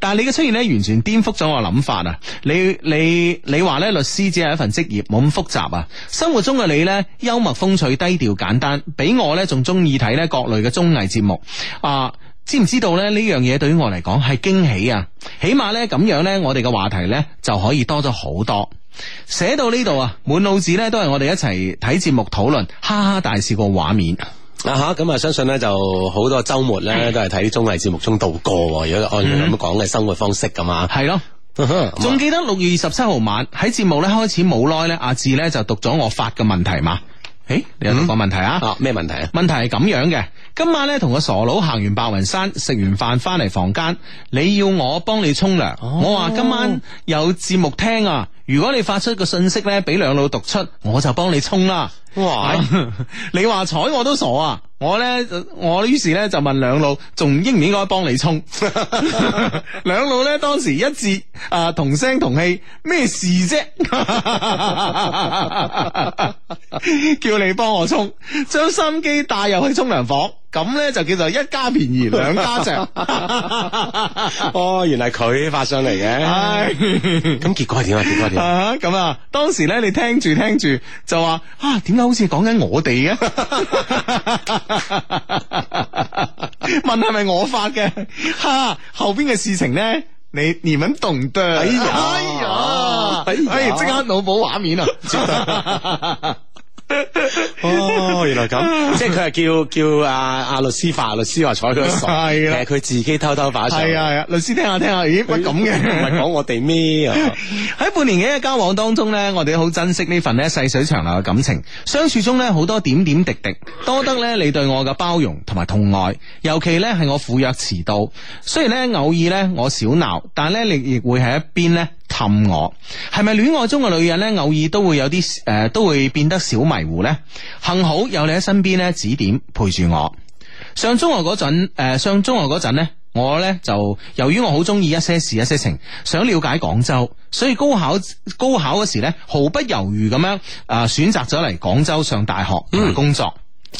C: 但系你嘅出現咧，完全顛覆咗我諗法啊！你你你话咧，律師只係一份職業，冇咁複雜啊！生活中嘅你咧，幽默風趣、低調簡單，比我咧仲中意睇咧各類嘅綜藝節目啊！知唔知道咧？呢樣嘢對於我嚟講係驚喜啊！起碼咧咁樣咧，我哋嘅話題咧就可以多咗好多。寫到呢度啊，滿腦子咧都係我哋一齊睇節目討論，哈哈大笑個畫面。
D: 啊哈，咁啊，相信咧就好多周末咧都係睇綜藝節目中度過喎。如果按佢咁講嘅生活方式咁啊，
C: 係咯。
D: 嗯
C: 仲記得六月二十七號晚喺節目咧開始冇耐咧，阿志咧就讀咗我發嘅問題嘛？誒，你有讀過問題啊？
D: 啊咩問題啊？
C: 問題係咁樣嘅，今晚咧同個傻佬行完白雲山，食完飯翻嚟房間，你要我幫你沖涼，我話今晚有節目聽啊，如果你發出個信息咧俾兩老讀出，我就幫你沖啦。
D: 哇
C: 係！你話睬我都傻啊！我咧，我於是咧就問兩老，仲應唔應該幫你沖？兩老咧當時一致啊、同聲同氣，咩事啫？叫你幫我沖，將心機帶入去沖涼房，咁咧就叫做一家便宜兩家着。
D: 哦，原來佢發上嚟嘅。
C: 唉。
D: 咁結果係點啊？結果係點啊？
C: 啊咁啊！當時咧，你聽住聽住就話啊，點解好似講緊我哋嘅？ 問係咪我發嘅？哈、後邊嘅事情咧，你你們懂得。哎
D: 呀
C: 哎
D: 哎
C: 呀
D: 呀，
C: 哎即刻腦補畫面啊！
D: 哦，原來咁， 即係佢係叫叫阿阿律師發，律師話睬佢傻，
C: 係啦
D: 其實佢自己偷偷發上嚟。
C: 係啊係啊，律師聽下聽下，咦乜咁嘅？
D: 哎唔係講我哋咩啊？
C: 喺半年幾嘅交往當中呢，我哋好珍惜呢份咧細水長流嘅感情。相處中呢，好多點點滴滴，多得呢你對我嘅包容同埋痛愛。尤其呢係我赴約遲到，雖然呢偶爾呢我小鬧，但呢你亦會喺一邊呢氹我。係咪戀愛中嘅女人呢？偶爾都會有啲誒、呃都會變得小迷糊呢？幸好有你喺身邊呢指點陪住我。上中學嗰陣，誒、上中學嗰陣咧，我咧就由於我好中意一些事一些情，想了解廣州，所以高考高考嗰時咧，毫不猶豫咁樣啊、選擇咗嚟廣州上大學同埋工作。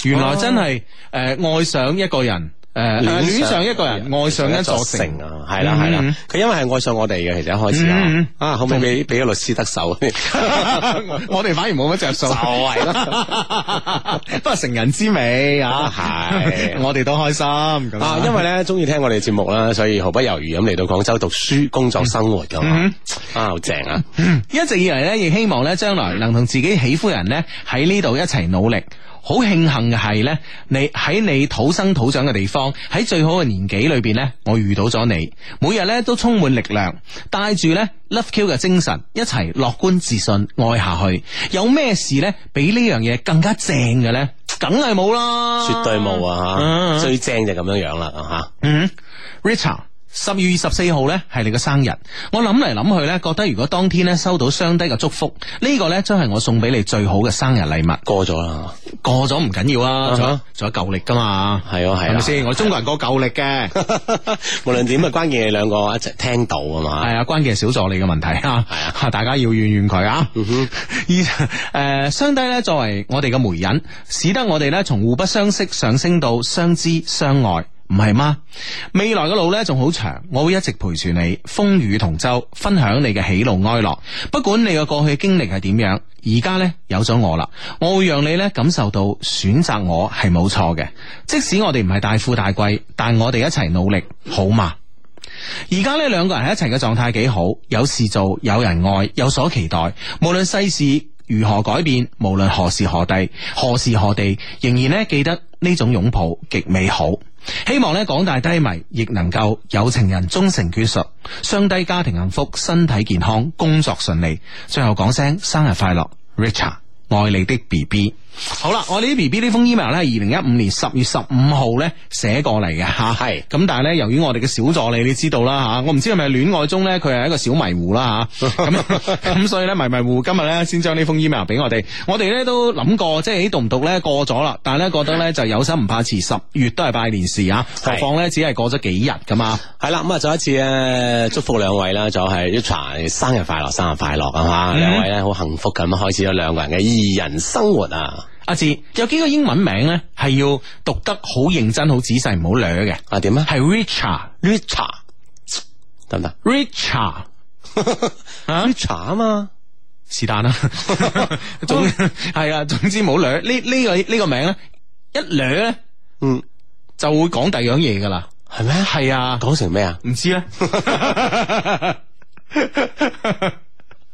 C: 原來真係誒、呃愛上一個人，誒哦戀上一個人，愛 上一座城。
D: 啊，係啦係啦
C: 嗯，
D: 佢因為係愛上我哋嘅，其實一開始啊
C: 嗯，
D: 啊後尾俾俾個律師 得手，
C: 我哋反而冇乜着數，就係啦。 不過成人之美啊，
D: 係
C: 我哋都開心咁
D: 啊，因為咧中意聽我哋節目啦，所以毫不猶豫咁嚟到廣州讀書、工作、生活噶
C: 嗯
D: 嘛，啊好正啊！
C: 一直以嚟咧，亦希望咧，將來能同自己喜歡人咧喺呢度一齊努力。好慶幸嘅係咧，你喺你土生土長嘅地方，喺最好嘅年紀裏邊咧，我遇到咗你，每日咧都充滿力量，帶住咧 Love Q 嘅精神，一齊樂觀自信，愛下去。有咩事咧，比呢樣嘢更加正嘅咧，梗係冇啦，
D: 絕對冇啊
C: 嗯
D: 吓，最正就咁樣樣啦啊
C: 嗯，Richard。十月二十四號呢係你嘅生日，我諗嚟諗去呢，覺得如果當天呢收到雙低嘅祝福，呢、個呢將係我送俾你最好嘅生日禮物。
D: 吓，過咗啦，
C: 過咗唔緊要啊，
D: 啊哈
C: 仲有仲有舊力噶嘛，
D: 係啊係啊
C: 係咪先？我哋中國人過舊力嘅，係
D: 無論點啊，關鍵你兩個一齊聽到啊嘛，
C: 啊，關鍵係小助理嘅問題啊，大家要怨怨佢啊。 而誒雙低呢作為我哋嘅媒人，使得我哋呢從互不相識上升到相知相愛。唔係嗎？未來嘅路呢仲好長，我會一直陪住你，風雨同舟，分享你嘅喜怒哀樂。不管你嘅過去經歷係點樣，而家呢有咗我啦，我會讓你呢感受到選擇我係冇錯嘅。即使我哋唔係大富大貴，但我哋一齊努力，好嘛？而家呢兩個人喺一齊嘅狀態幾好，有事做，有人愛，有所期待。無論世事如何改變，無論何時何地，何時何地，仍然呢記得呢種擁抱極美好。希望呢廣大低迷亦能夠有情人終成眷屬，雙低家庭幸福，身體健康，工作順利。最後講聲生日快樂，Richard，愛你的 B B。好啦，我哋啲 B B 呢封 email 呢，係二零一五年十月十五號呢寫過嚟嘅吓，
D: 係
C: 咁但係咧，由於我哋嘅小助理你知道啦吓，我唔知係咪戀愛中咧，佢係一個小迷糊啦吓，咁咁所以咧迷迷糊今日咧先將呢封 email 俾我哋，我哋咧都諗過，即係咦讀唔讀咧過咗啦，但係咧覺得咧就有心唔怕遲，十月都係拜年時啊，何
D: 係
C: 況咧只係過咗幾日噶嘛，
D: 係啦，咁啊，再一次咧，祝福兩位啦，就係 Richard
C: 嗯
D: 生日快樂，生日快樂啊嘛，兩位咧好幸福咁開始咗兩個人嘅二人生活啊，嘛？
C: 阿志有幾個英文名咧係要讀得好認真、好仔細，唔好掠嘅。
D: 啊點啊
C: 係 Richard、
D: ？Richard 得唔得
C: Richard 啊
D: ？Richard 啊嘛，
C: 是但 啦，總係啊，總之冇掠呢呢個呢、個名咧，一掠咧
D: 嗯，
C: 就會講第二樣嘢噶啦。
D: 係咩？
C: 係啊，
D: 講成咩啊？
C: 唔知 咧。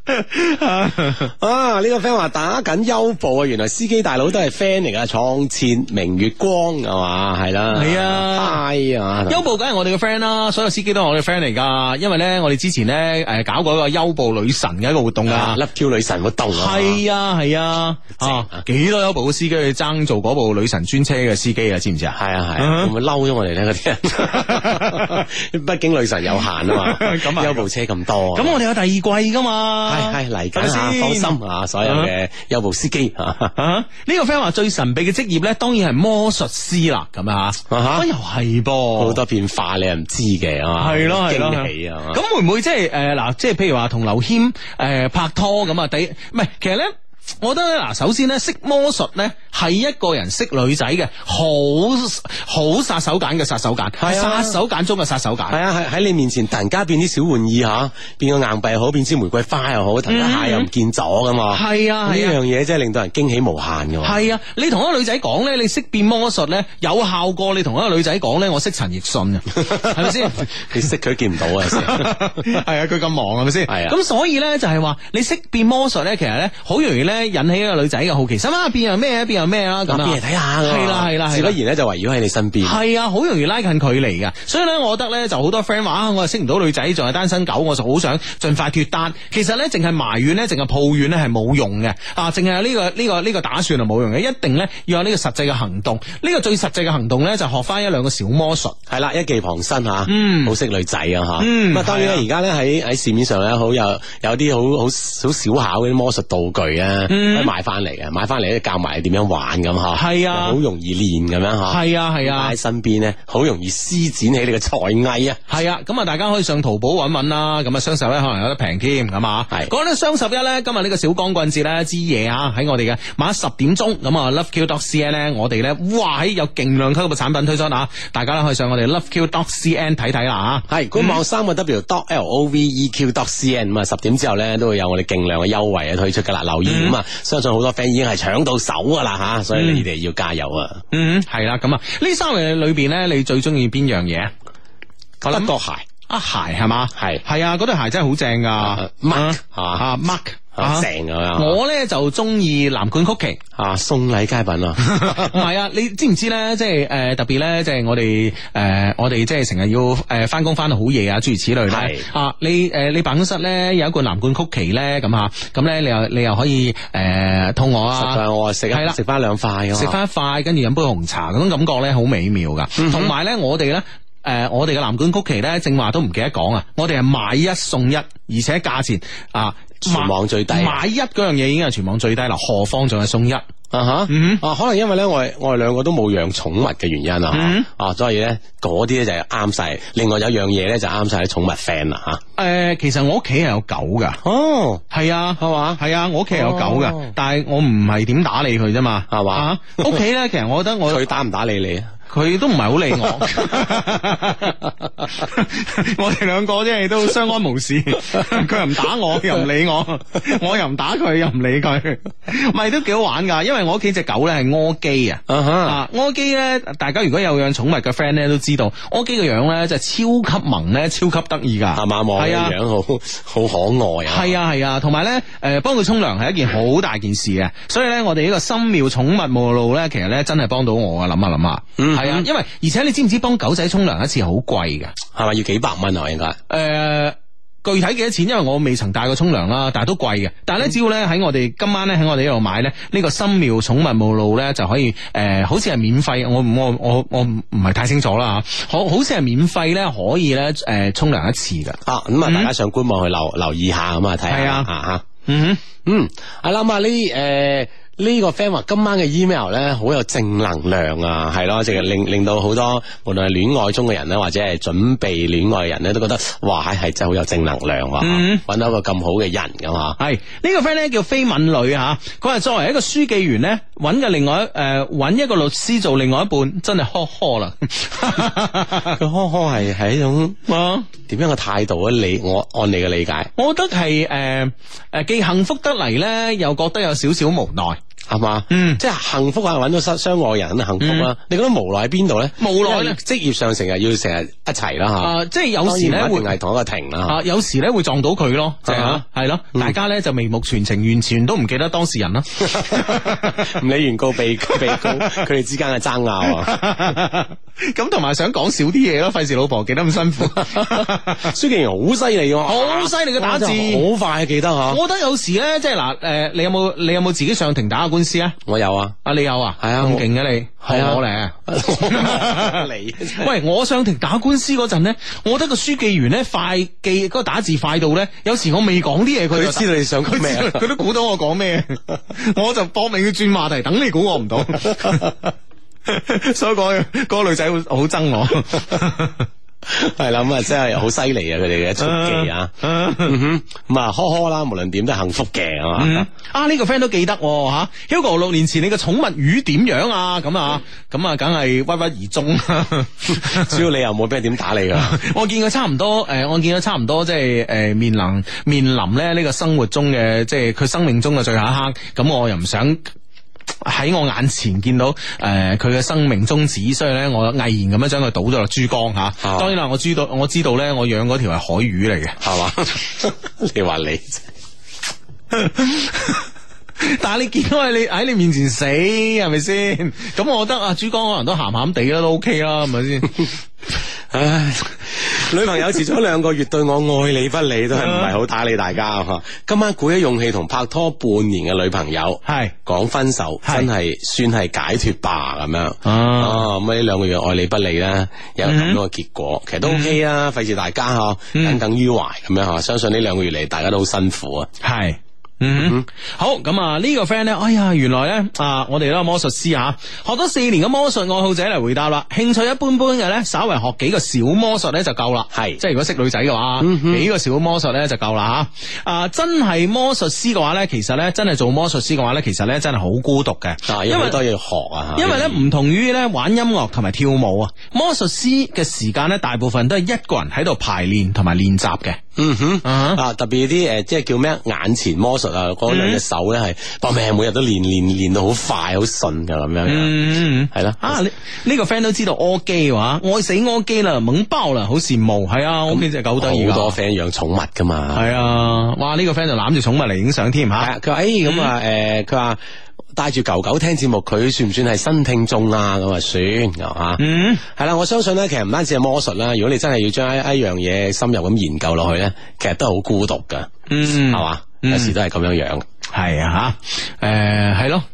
D: 啊！呢、個 friend 話打緊休步啊，原來司機大佬都係 friend 嚟噶，創設明月光係嘛，係啦，
C: 係啊
D: 係啊，
C: 優步梗係我哋嘅 friend 啦，所有司機都係我哋 friend 嚟噶。因為咧，我哋之前咧誒搞過一個優步女神嘅一個活動
D: 啊
C: 啊。
D: 粒 Q 女神活動啊，
C: 係啊係啊，
D: 正
C: 啊
D: 啊
C: 幾多優步嘅司機去爭做嗰部女神專車嘅司機啊？知唔知啊？
D: 係啊係
C: 嗯
D: 啊，會唔會嬲咗我哋咧？嗰啲 人，畢竟女神有限啊嘛，
C: 咁啊
D: 優步車咁多啊，
C: 咁我哋有第二季噶嘛？
D: 係係嚟緊
C: 係
D: 啊
C: 咪，先
D: 放心啊，所有嘅優步司機啊。
C: 啊！呢個 friend 話最神秘嘅職業咧，當然係魔術師啦，咁啊，
D: 啊哈
C: 啊又係噃，
D: 好多變化你係唔知嘅啊嘛，
C: 係咯係咯，
D: 驚喜啊嘛，
C: 咁會唔會即係誒嗱，即係譬如話同劉謙誒拍拖咁啊？第一唔係，其實咧。我覺得咧，嗱，首先咧，識魔術咧係一個人識女仔嘅好好殺手鐧嘅殺手鐧，係
D: 係啊
C: 殺手鐧中嘅殺手鐧。
D: 係啊，喺喺你面前突然間變啲小玩意吓，變個硬幣好，變支玫瑰花又好，突然一下又唔見咗咁嘛。
C: 嗯係啊
D: 呢
C: 係啊
D: 樣嘢真係令到人驚喜無限噶 嘛。
C: 係啊，你同一個女仔講咧，你識變魔術咧，有效過你同一個女仔講咧，我識陳奕迅啊，係咪先？
D: 你識佢見唔到啊，
C: 係啊，佢咁忙係咪先？
D: 係啊
C: 咁所以咧就係話，你識變魔術咧，其實咧好容易咧引起一個女仔嘅好奇心啊，變又咩，變又咩啦咁
D: 咁
C: 啊
D: 邊嚟睇下㗎嘛
C: 係啦係啦係啦
D: 自不然咧就圍繞喺你身邊。
C: 係啊，好容易拉近距離噶，所以咧，我覺得咧就好多 friend 話啊，我係識唔到女仔，仲係單身狗，我就好想盡快脱單。其實咧，淨係埋怨咧，淨係抱怨咧係冇用嘅啊，淨係呢 個呢個呢個打算係冇用嘅，一定咧要有呢個實際嘅行動。呢個最實際嘅行動咧就學翻一兩個小魔術。啊
D: 係啦，一技傍身吓，
C: 嗯
D: 好識女仔啊吓。
C: 嗯
D: 咁啊，當
C: 係啊
D: 然啦，而家咧喺喺市面上咧，好有有啲好好好小巧嗰啲魔術道具啊，可以買翻嚟嘅，買翻嚟咧教埋你點樣玩咁吓。
C: 嗯係啊
D: 好容易練咁樣吓。
C: 係啊係啊
D: 擺喺身邊咧，好容易施展起你嘅才藝啊。
C: 係啊，咁啊，大家可以上淘寶揾揾啦。咁啊，雙十一可能有得平添，咁啊。
D: 係
C: 講到雙十一咧，今日呢個小光棍節咧之夜啊，喺我哋嘅晚黑十點鐘，咁啊，loveq.cn 咧，我哋咧，哇，喺有勁量級嘅產品推出啊！大家咧可以上我哋 loveq.cn 睇睇啦啊。
D: 係官網三個 W dot L O V E Q dot C N 咁啊，十點之後咧都會有我哋勁量嘅優惠啊推出噶啦，留意咁
C: 嗯
D: 啊，相信好多 friend 已經係搶到手噶啦吓，所以你哋要加油啊！
C: 嗯，係啦，咁啊，呢三樣嘢裏邊咧，你最中意邊樣嘢啊？我諗
D: 德國鞋
C: 啊鞋係嘛？
D: 係
C: 係啊，嗰對鞋真係好正噶
D: 啊，Mark，係嘛
C: 啊 Mark 啊
D: 啊正咁樣啊，
C: 我咧就中意藍罐曲奇。
D: 啊送禮佳品 啊！
C: 唔係啊，你知唔知咧？即係誒特別咧，即係我哋誒、呃我哋即係成日要誒翻工翻到好夜啊，諸如此類咧。
D: 係
C: 啊，你誒、呃你辦公室咧有一罐藍罐曲奇咧，咁啊，咁咧你又你又可以誒、呃、肚餓
D: 食飯
C: 啊。
D: 我食
C: 係啦
D: 啊食翻兩塊啊，
C: 食翻一塊，跟住飲杯紅茶，嗰種感覺咧好美妙噶。
D: 嗯
C: 同埋咧，我哋咧，誒、我哋嘅藍罐曲奇咧，正話都唔記得講啊，我哋係買一送一，而且價錢啊，
D: 全網最低
C: 買一嗰樣嘢已經係全網最低啦，何況仲係送一。
D: 啊哈，
C: 嗯
D: 啊可能因為咧我哋我哋兩個都冇養寵物嘅原因
C: 嗯
D: 啊，啊所以咧嗰啲咧就係啱晒，另外有一樣嘢咧就啱晒啲寵物 friend 啦吓。
C: 誒、呃其實我屋企係有狗噶。
D: 哦，
C: 係啊，
D: 係嘛
C: 係啊，我屋企有狗噶，
D: 哦
C: 但係我唔係點打理佢啫嘛，
D: 係嘛
C: 啊屋企咧，其實我覺得我
D: 佢打唔打理你啊？
C: 佢都唔係好理 我，我哋兩個即係都相安無事，佢又唔打我，又唔理我，我又唔打佢，又唔理佢，咪都幾好玩噶，因為我屋企只狗咧係柯基啊。
D: 啊哈。
C: 啊，柯基咧，大家如果有養寵物嘅 friend 咧，都知道柯基嘅樣咧就係超級萌咧，超級得意噶，
D: 係嘛，望佢
C: 係啊
D: 樣好好可愛啊！
C: 係啊係啊，同埋咧，诶，帮佢沖涼係一件好大件事嘅，所以咧，我哋呢個深妙寵物目錄咧，其實咧真係幫到我啊！諗下諗下，
D: 嗯
C: 係啊，因為而且你知唔知幫狗仔沖涼一次好貴嘅？
D: 係咪要幾百蚊啊？應該
C: 诶、具體幾多錢？因為我未曾帶過沖涼啦，但係都貴嘅。但係咧，只要咧喺我哋今晚咧喺我哋呢度買咧，呢、呢個深妙寵物目錄咧就可以诶、呃好似係免費。我我我我唔唔係太清楚啦吓，好好似係免費咧，可以咧诶沖涼一次噶。
D: 啊，咁啊，大家上官網去留留意下咁啊，睇
C: 嗯係
D: 下
C: 啊
D: 啊吓，
C: 嗯
D: 嗯，係啦咁啊，呢诶。呢個 friend 話今晚嘅 email 咧好有正能量啊，係咯，即係令令到好多無論係戀愛中嘅人咧，或者係準備戀愛嘅人咧，都覺得哇，係真係好有正能量啊
C: 嗯，
D: 揾到一個咁好嘅人噶嘛，啊
C: 啊系呢、個 friend 咧叫飛敏女吓，佢話作為一個書記員咧，揾嘅另外一诶揾、一個律師做另外一半，真係呵呵啦。
D: 佢呵呵係係一種
C: 啊
D: 點樣嘅態度啊？你我按你嘅理解
C: 我覺得係诶诶既幸福得嚟咧，又覺得有少少無奈。
D: 係嘛？
C: 嗯
D: 即係幸福啊，揾到相相愛人幸福啦。你覺得無奈喺邊度咧？
C: 無奈呢
D: 因為職業上成日要成日一齊啦
C: 啊、
D: 吓，
C: 即係有時咧
D: 嗯當然唔一
C: 會
D: 定係同一個庭啦。嚇
C: 啊，有時咧會撞到佢咯，就係
D: 啊
C: 嚇係咯，大家咧就眉目全情，完全都唔記得當事人 啦。
D: 唔理原告被被 告，佢哋之間嘅爭拗啊。
C: 咁同埋想講少啲嘢咯，費事老婆記得咁辛苦。
D: 蘇敬仁好犀利喎，
C: 好犀利嘅打字
D: 哇真係好快記得吓。
C: 我覺得有時咧，即係嗱，誒，你有冇你有冇自己上庭打下官司啊？
D: 我有啊，
C: 啊，你有啊？
D: 係啊
C: 咁
D: 我
C: 勁嘅你，
D: 係啊
C: 我 咧。
D: 你
C: 喂，我上庭打官司嗰陣咧，我覺得個書記員咧快記嗰個打字快到咧，有時我未講啲嘢，佢
D: 佢
C: 就
D: 都知道你想講
C: 佢
D: 咩
C: 知道
D: 啊？
C: 佢都估到我講 咩，我就搏命要轉話題，等你估我唔到。所以嗰、個嗰個女仔會好憎我。
D: 係啦，咁啊真係好犀利啊！佢哋嘅速技啊，嗯哼，咁啊呵呵啦，無論點都幸福嘅係嘛
C: 嗯。啊呢、個 friend 都記得喎吓、Hugo 六年前你嘅寵物魚點樣啊？咁啊，咁啊，梗係鬱鬱而終 啦。
D: 主要你又冇俾人點打 你噶，
C: 我見佢差唔多，诶、我見佢差唔多，即係诶、誒面臨面臨咧呢個生活中嘅，即係佢生命中嘅最後一刻。咁我又唔想喺我眼前見到诶佢嘅生命終止，所以咧我毅然咁樣將佢倒咗落珠江吓。
D: 啊
C: 當然啦，我知道我知道咧，我養嗰條係海魚嚟嘅。
D: 係嘛？你話你
C: 但系你見到喺你喺你面前死，係咪先？咁我覺得啊，珠江可能都鹹鹹地啦，都 OK 啦，係咪 先？
D: 唉，女朋友遲咗兩個月對我愛理不理，都係唔係好打理大家啊！今晚鼓起勇氣同拍拖半年嘅女朋友
C: 係
D: 講分手，
C: 係
D: 真係算係解脱吧咁樣。
C: 啊，
D: 哦，咁呢兩個月愛理不理啦，有咁多嘅結果，
C: 嗯
D: 其實都 OK 啊，費事大家嗬耿耿於懷咁樣嗬，相信呢兩個月嚟大家都好辛苦啊。
C: 係。嗯，好咁啊！呢個 friend 咧，哎呀，原來咧啊，我哋都係魔術師啊，學咗四年嘅魔術愛好者嚟回答啦。興趣一般般嘅咧，稍為學幾個小魔術咧就夠啦。
D: 係嗯
C: 即係如果識女仔嘅話，幾個小魔術咧就夠啦吓。啊，真係魔術師嘅話咧，其實咧真係做魔術師嘅話咧，其實咧真係好孤獨嘅，
D: 啊，因為好多嘢要學啊，
C: 因為咧唔同於咧玩音樂同埋跳舞啊，魔術師嘅時間咧大部分都係一個人喺度排練同埋練習嘅。
D: 嗯哼。
C: 啊
D: 啊，特別啲誒，即係叫咩眼前魔術啊，嗰兩隻手咧係
C: 嗯
D: 搏命，每日都練練練到好快好順噶咁樣，
C: 嗯，
D: 係啦。
C: 啊呢呢個 friend 都知道柯基話，愛死柯基啦，懵包啦，好羨慕。係啊，柯基真係狗得意㗎
D: 好多 friend 養寵物噶嘛。
C: 係啊，哇！呢、個 friend 就攬住寵物嚟影相添
D: 係
C: 吓。
D: 啊，佢話誒咁啊誒，佢話帶住狗狗聽節目，佢算唔算係新聽眾啊？咁啊算咁啊。
C: 嗯，
D: 係啦，我相信咧，其實唔單止係魔術啦，如果你真係要將一一樣嘢深入咁研究落去咧，其實都係好孤獨噶，
C: 嗯
D: 係嘛？
C: 嗯
D: 有時都係咁樣樣。
C: 係啊吓，诶係咯。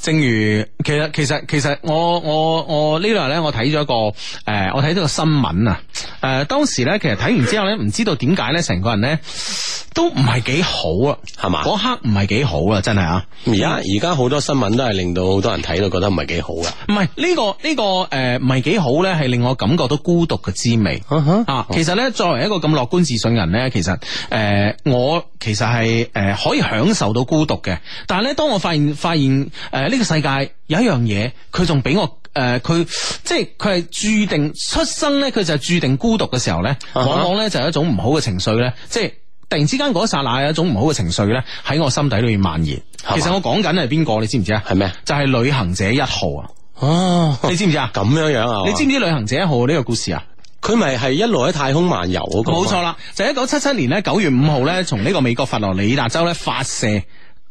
C: 正如其實其實其實我我我呢兩日咧，我睇咗一個誒、呃我睇咗個新聞啊。誒、當時咧，其實睇完之後咧，唔知道點解咧，成個人咧都唔係幾好啊，
D: 係嘛
C: 嗰刻唔係幾好啊，真係啊！
D: 而家而家好多新聞都係令到好多人睇到覺得唔係幾好
C: 唔
D: 噶。
C: 係呢個呢、個誒唔係幾好咧，係令我感覺到孤獨嘅滋味。
D: Uh-huh
C: 啊，其實咧，作為一個咁樂觀自信人咧，其實誒、呃我其實係誒、呃可以享受到孤獨嘅。但係咧，當我發現發現誒呢、個世界有一樣嘢，佢仲俾我誒佢、即係佢係注定出生咧，佢就係注定孤獨嘅時候咧，
D: 啊哈
C: 往往咧就係一種唔好嘅情緒咧，即係。突然之間嗰一剎那有一種唔好嘅情緒咧喺我心底裏面蔓延。
D: 嘛
C: 其實我講緊係邊個，你知唔知啊？
D: 係咩？
C: 就係旅行者一號啊！
D: 哦，
C: 你知唔知啊？
D: 咁樣樣啊？
C: 你知唔知旅行者一號呢個故事啊？
D: 佢咪係一路喺太空漫遊嗰個？
C: 冇錯。啦，就一九七七年咧九月五號咧，從呢個美國佛羅里達州咧發射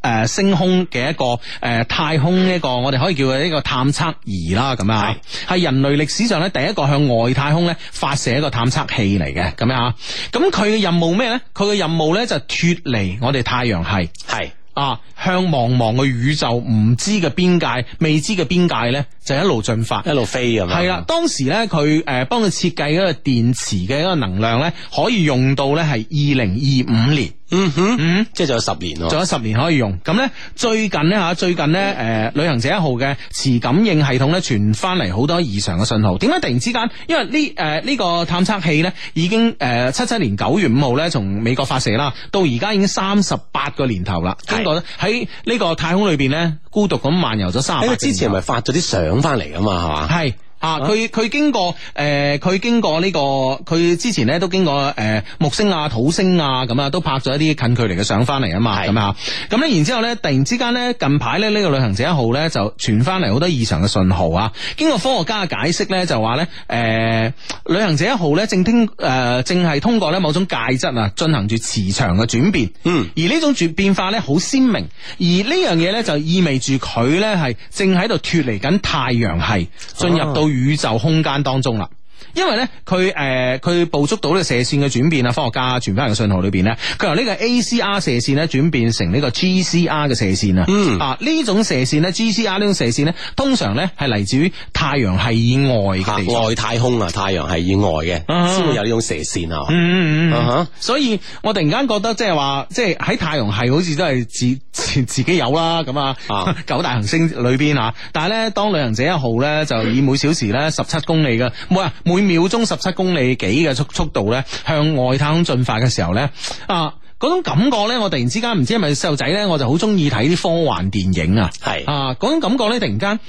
C: 誒、呃升空嘅一個誒、呃太空一個我哋可以叫佢一個探測儀啦，咁啊，係人類歷史上咧第一個向外太空咧發射一個探測器嚟嘅，咁樣啊，咁佢嘅任務咩咧？佢嘅任務咧就係脱離我哋太陽系。
D: 係
C: 啊，向茫茫嘅宇宙唔知嘅邊界、未知嘅邊界咧，就一路進發
D: 一。路飛咁樣。
C: 系啦，，當時咧佢誒幫佢設計嗰個電池嘅一個能量咧，可以用到咧係二零二五年。
D: 嗯哼，
C: 嗯。
D: 即係仲有十年
C: 仲
D: 喎。
C: 有十年可以用。咁咧最近咧吓，最近咧诶、旅行者一號嘅磁感應系統咧傳翻嚟好多異常嘅信號。點解突然之間？因為呢诶呢個探測器咧已經诶七七年九月五號咧從美國發射啦，到而家已經三十八個年頭啦。
D: 係
C: 經過喺呢個太空裏边咧孤獨咁漫遊咗三十
D: 因
C: 八。
D: 為之前咪發咗啲相翻嚟噶嘛，係嘛？
C: 系。啊！佢佢經過誒，佢、經過呢、個佢之前咧都經過誒、呃木星啊、土星啊咁啊，都拍咗一啲近距離嘅相翻嚟啊嘛，咁啊，咁咧然之後咧，突然之間咧，近排咧呢、個旅行者一號咧就傳翻嚟好多異常嘅信號啊！經過科學家嘅解釋咧，就話咧誒，旅行者一號咧正聽誒、呃正係通過咧某種介質啊，進行住磁場嘅轉變，
D: 嗯，
C: 而呢種轉變化咧好鮮明，而呢樣嘢咧就意味住佢咧係正喺度脱離緊太陽系，進入
D: 哦
C: 到宇宙空間當中啦。因為咧，佢誒佢捕捉到呢個射線嘅轉變啊，科學家傳翻嚟嘅信號裏邊咧，佢由呢個 ACR 射線咧轉變成呢個 GCR 嘅射線啊。
D: 嗯
C: 啊呢種射線咧，GCR 呢種射線咧，通常咧係嚟自於太陽系以外嘅地方。
D: 外太空啊，太陽系以外嘅，
C: 啊
D: 先會有呢種射線啊。
C: 嗯嗯嗯
D: 啊哈
C: 所以我突然間覺得即係話，即係喺太陽系好似都係自 自自己有啦咁啊
D: 啊，
C: 九大行星裏邊啊，但係咧當旅行者一號咧就以每小時咧十七公里嘅每啊每秒鐘十七公里幾嘅速速度咧向外太空進發嘅時候咧啊。嗰種感覺咧，我突然之間唔知係咪細路仔咧，我就好中意睇啲科幻電影啊！
D: 係
C: 啊，嗰種感覺咧，突然間。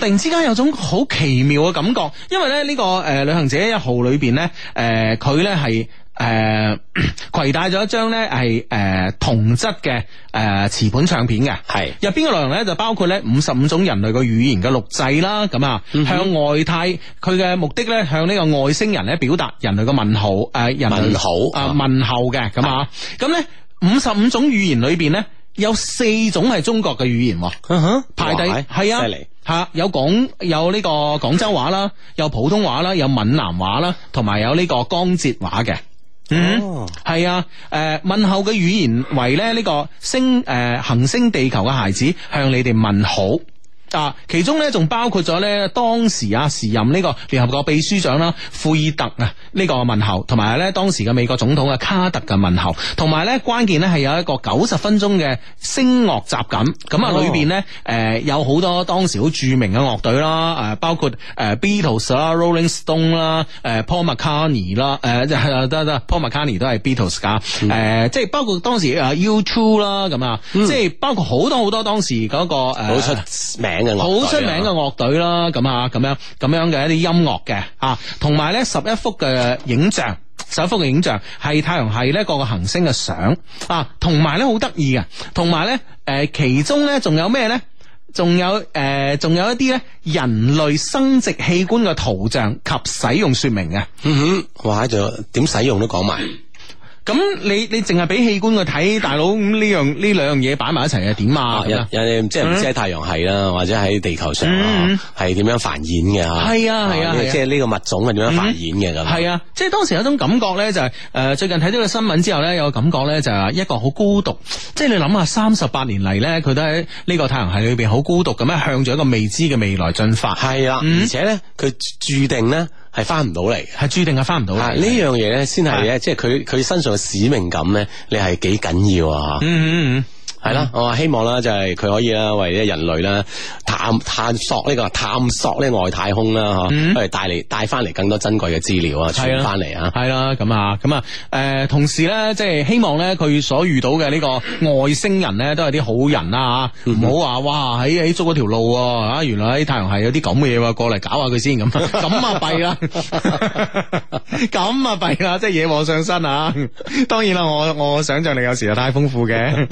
C: 突然之間有種好奇妙嘅感覺，因為咧呢、呢個誒、呃旅行者一號裏邊咧，誒佢咧係誒 攜帶咗一張咧係誒同質嘅誒磁盤唱片嘅。
D: 係
C: 入邊嘅內容咧就包括咧五十五種人類嘅語言嘅錄製啦，咁啊、
D: 嗯
C: 向外太佢嘅目的咧向呢個外星人咧表達人類嘅問號誒、呃人類
D: 問號
C: 啊
D: 啊
C: 問候嘅咁啊，咁咧五十五種語言裏邊咧有四種係中國嘅語言喎。
D: 嗯哼，
C: 排第
D: 哇哎
C: 係啊
D: 犀利。
C: 吓有廣有呢個廣州話啦，有普通話啦，有閩南話啦，同埋有呢個江浙話嘅。嗯
D: 哦，
C: 係啊，诶、問候嘅語言為咧呢個星诶、呃行星地球嘅孩子向你哋問好。啊，其中咧仲包括咗咧當時啊時任呢個聯合國秘書長啦庫爾特啊呢個問候，同埋咧當時嘅美國總統嘅啊卡特嘅問候，同埋咧關鍵咧係有一個九十分鐘嘅聲樂集錦，咁啊
D: 哦
C: 裏邊咧誒有好多當時好著名嘅樂隊啦，誒、包括誒、Beatles 啦、Rolling Stone 啦、誒、Paul McCartney 啦、誒 得得得 Paul McCartney 都係 Beatles 噶，
D: 嗯
C: 誒、即係包括當時誒 U2 啦咁啊，即係包括好多好多當時嗰、個、誒
D: 好出名嘅樂隊啊，
C: 好出名嘅樂隊啦，咁啊，咁樣咁樣嘅一啲音樂嘅啊，同埋咧十一幅嘅影像。十一幅嘅影像係太陽系咧各個行星嘅相啊，同埋咧好得意嘅，同埋咧誒其中咧仲有咩咧？仲有誒，仲、有一啲咧人類生殖器官嘅圖像及使用說明嘅。
D: 嗯哼，哇！仲有點使用都講埋，
C: 嗯咁你你淨係俾器官佢睇，大佬咁呢樣呢兩樣嘢擺埋一齊係點啊？咁樣
D: 人人哋即係唔知喺太陽系啦，或者喺地球上
C: 嗯
D: 啊，係點樣繁衍嘅嚇？
C: 係啊係啊係啊
D: 即係呢個物種係點樣繁衍嘅咁？
C: 系啊，即係當時有種感覺咧，就係呃最近睇到個新聞之後咧，有個感覺咧就係一個好孤獨，即係你諗下三十八年嚟咧，佢都喺呢個太陽系裏邊好孤獨咁樣向住一個未知嘅未來進發，
D: 係啦，
C: 嗯
D: 而且咧，佢注定咧係翻唔到嚟嘅。
C: 係注定係翻唔到
D: 啊！
C: 嚟。
D: 呢樣嘢咧，先係咧，即係佢佢身上嘅使命感咧，你係幾緊要啊！
C: 嗯嗯嗯，
D: 係啦，我話希望啦，就係佢可以啦，為咧人類啦探探索呢個探索呢個外太空啦，吓、
C: 嗯
D: 不如帶嚟帶翻嚟更多珍貴嘅資料啊，
C: 係
D: 傳
C: 啊
D: 翻嚟啊！
C: 係啦，咁啊，咁啊，誒，同時咧，即係希望咧，佢所遇到嘅呢個外星人咧，都係啲好人啦嚇，唔好話哇喺喺捉嗰條路喎啊，原來喺太陽系有啲咁嘅嘢喎，過嚟搞下佢先咁，咁啊弊啦，咁啊弊啦，即係惹禍上身啊！當然啦，我我想像力有時就太豐富嘅，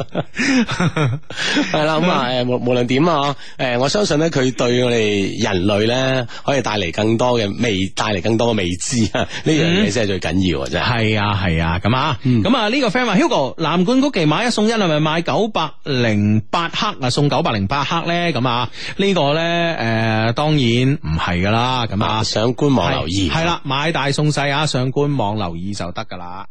D: 係啦，咁啊，
C: 嗯
D: 誒無無論點啊，誒，我相信咧，佢對我哋人類咧，可以帶嚟更多嘅未，帶嚟更多嘅未知啊！呢樣嘢先係最緊要啊，真係。
C: 嗯係啊係啊，咁啊，
D: 嗯
C: 咁啊呢個 friend 話 Hugo 藍罐曲奇買一送一係咪買九百零八克啊送九百零八克咧？咁啊呢個咧誒當然唔係噶啦，咁啊
D: 啊，上官網留意。
C: 係啦，買大送細啊，上官網留意就得噶啦。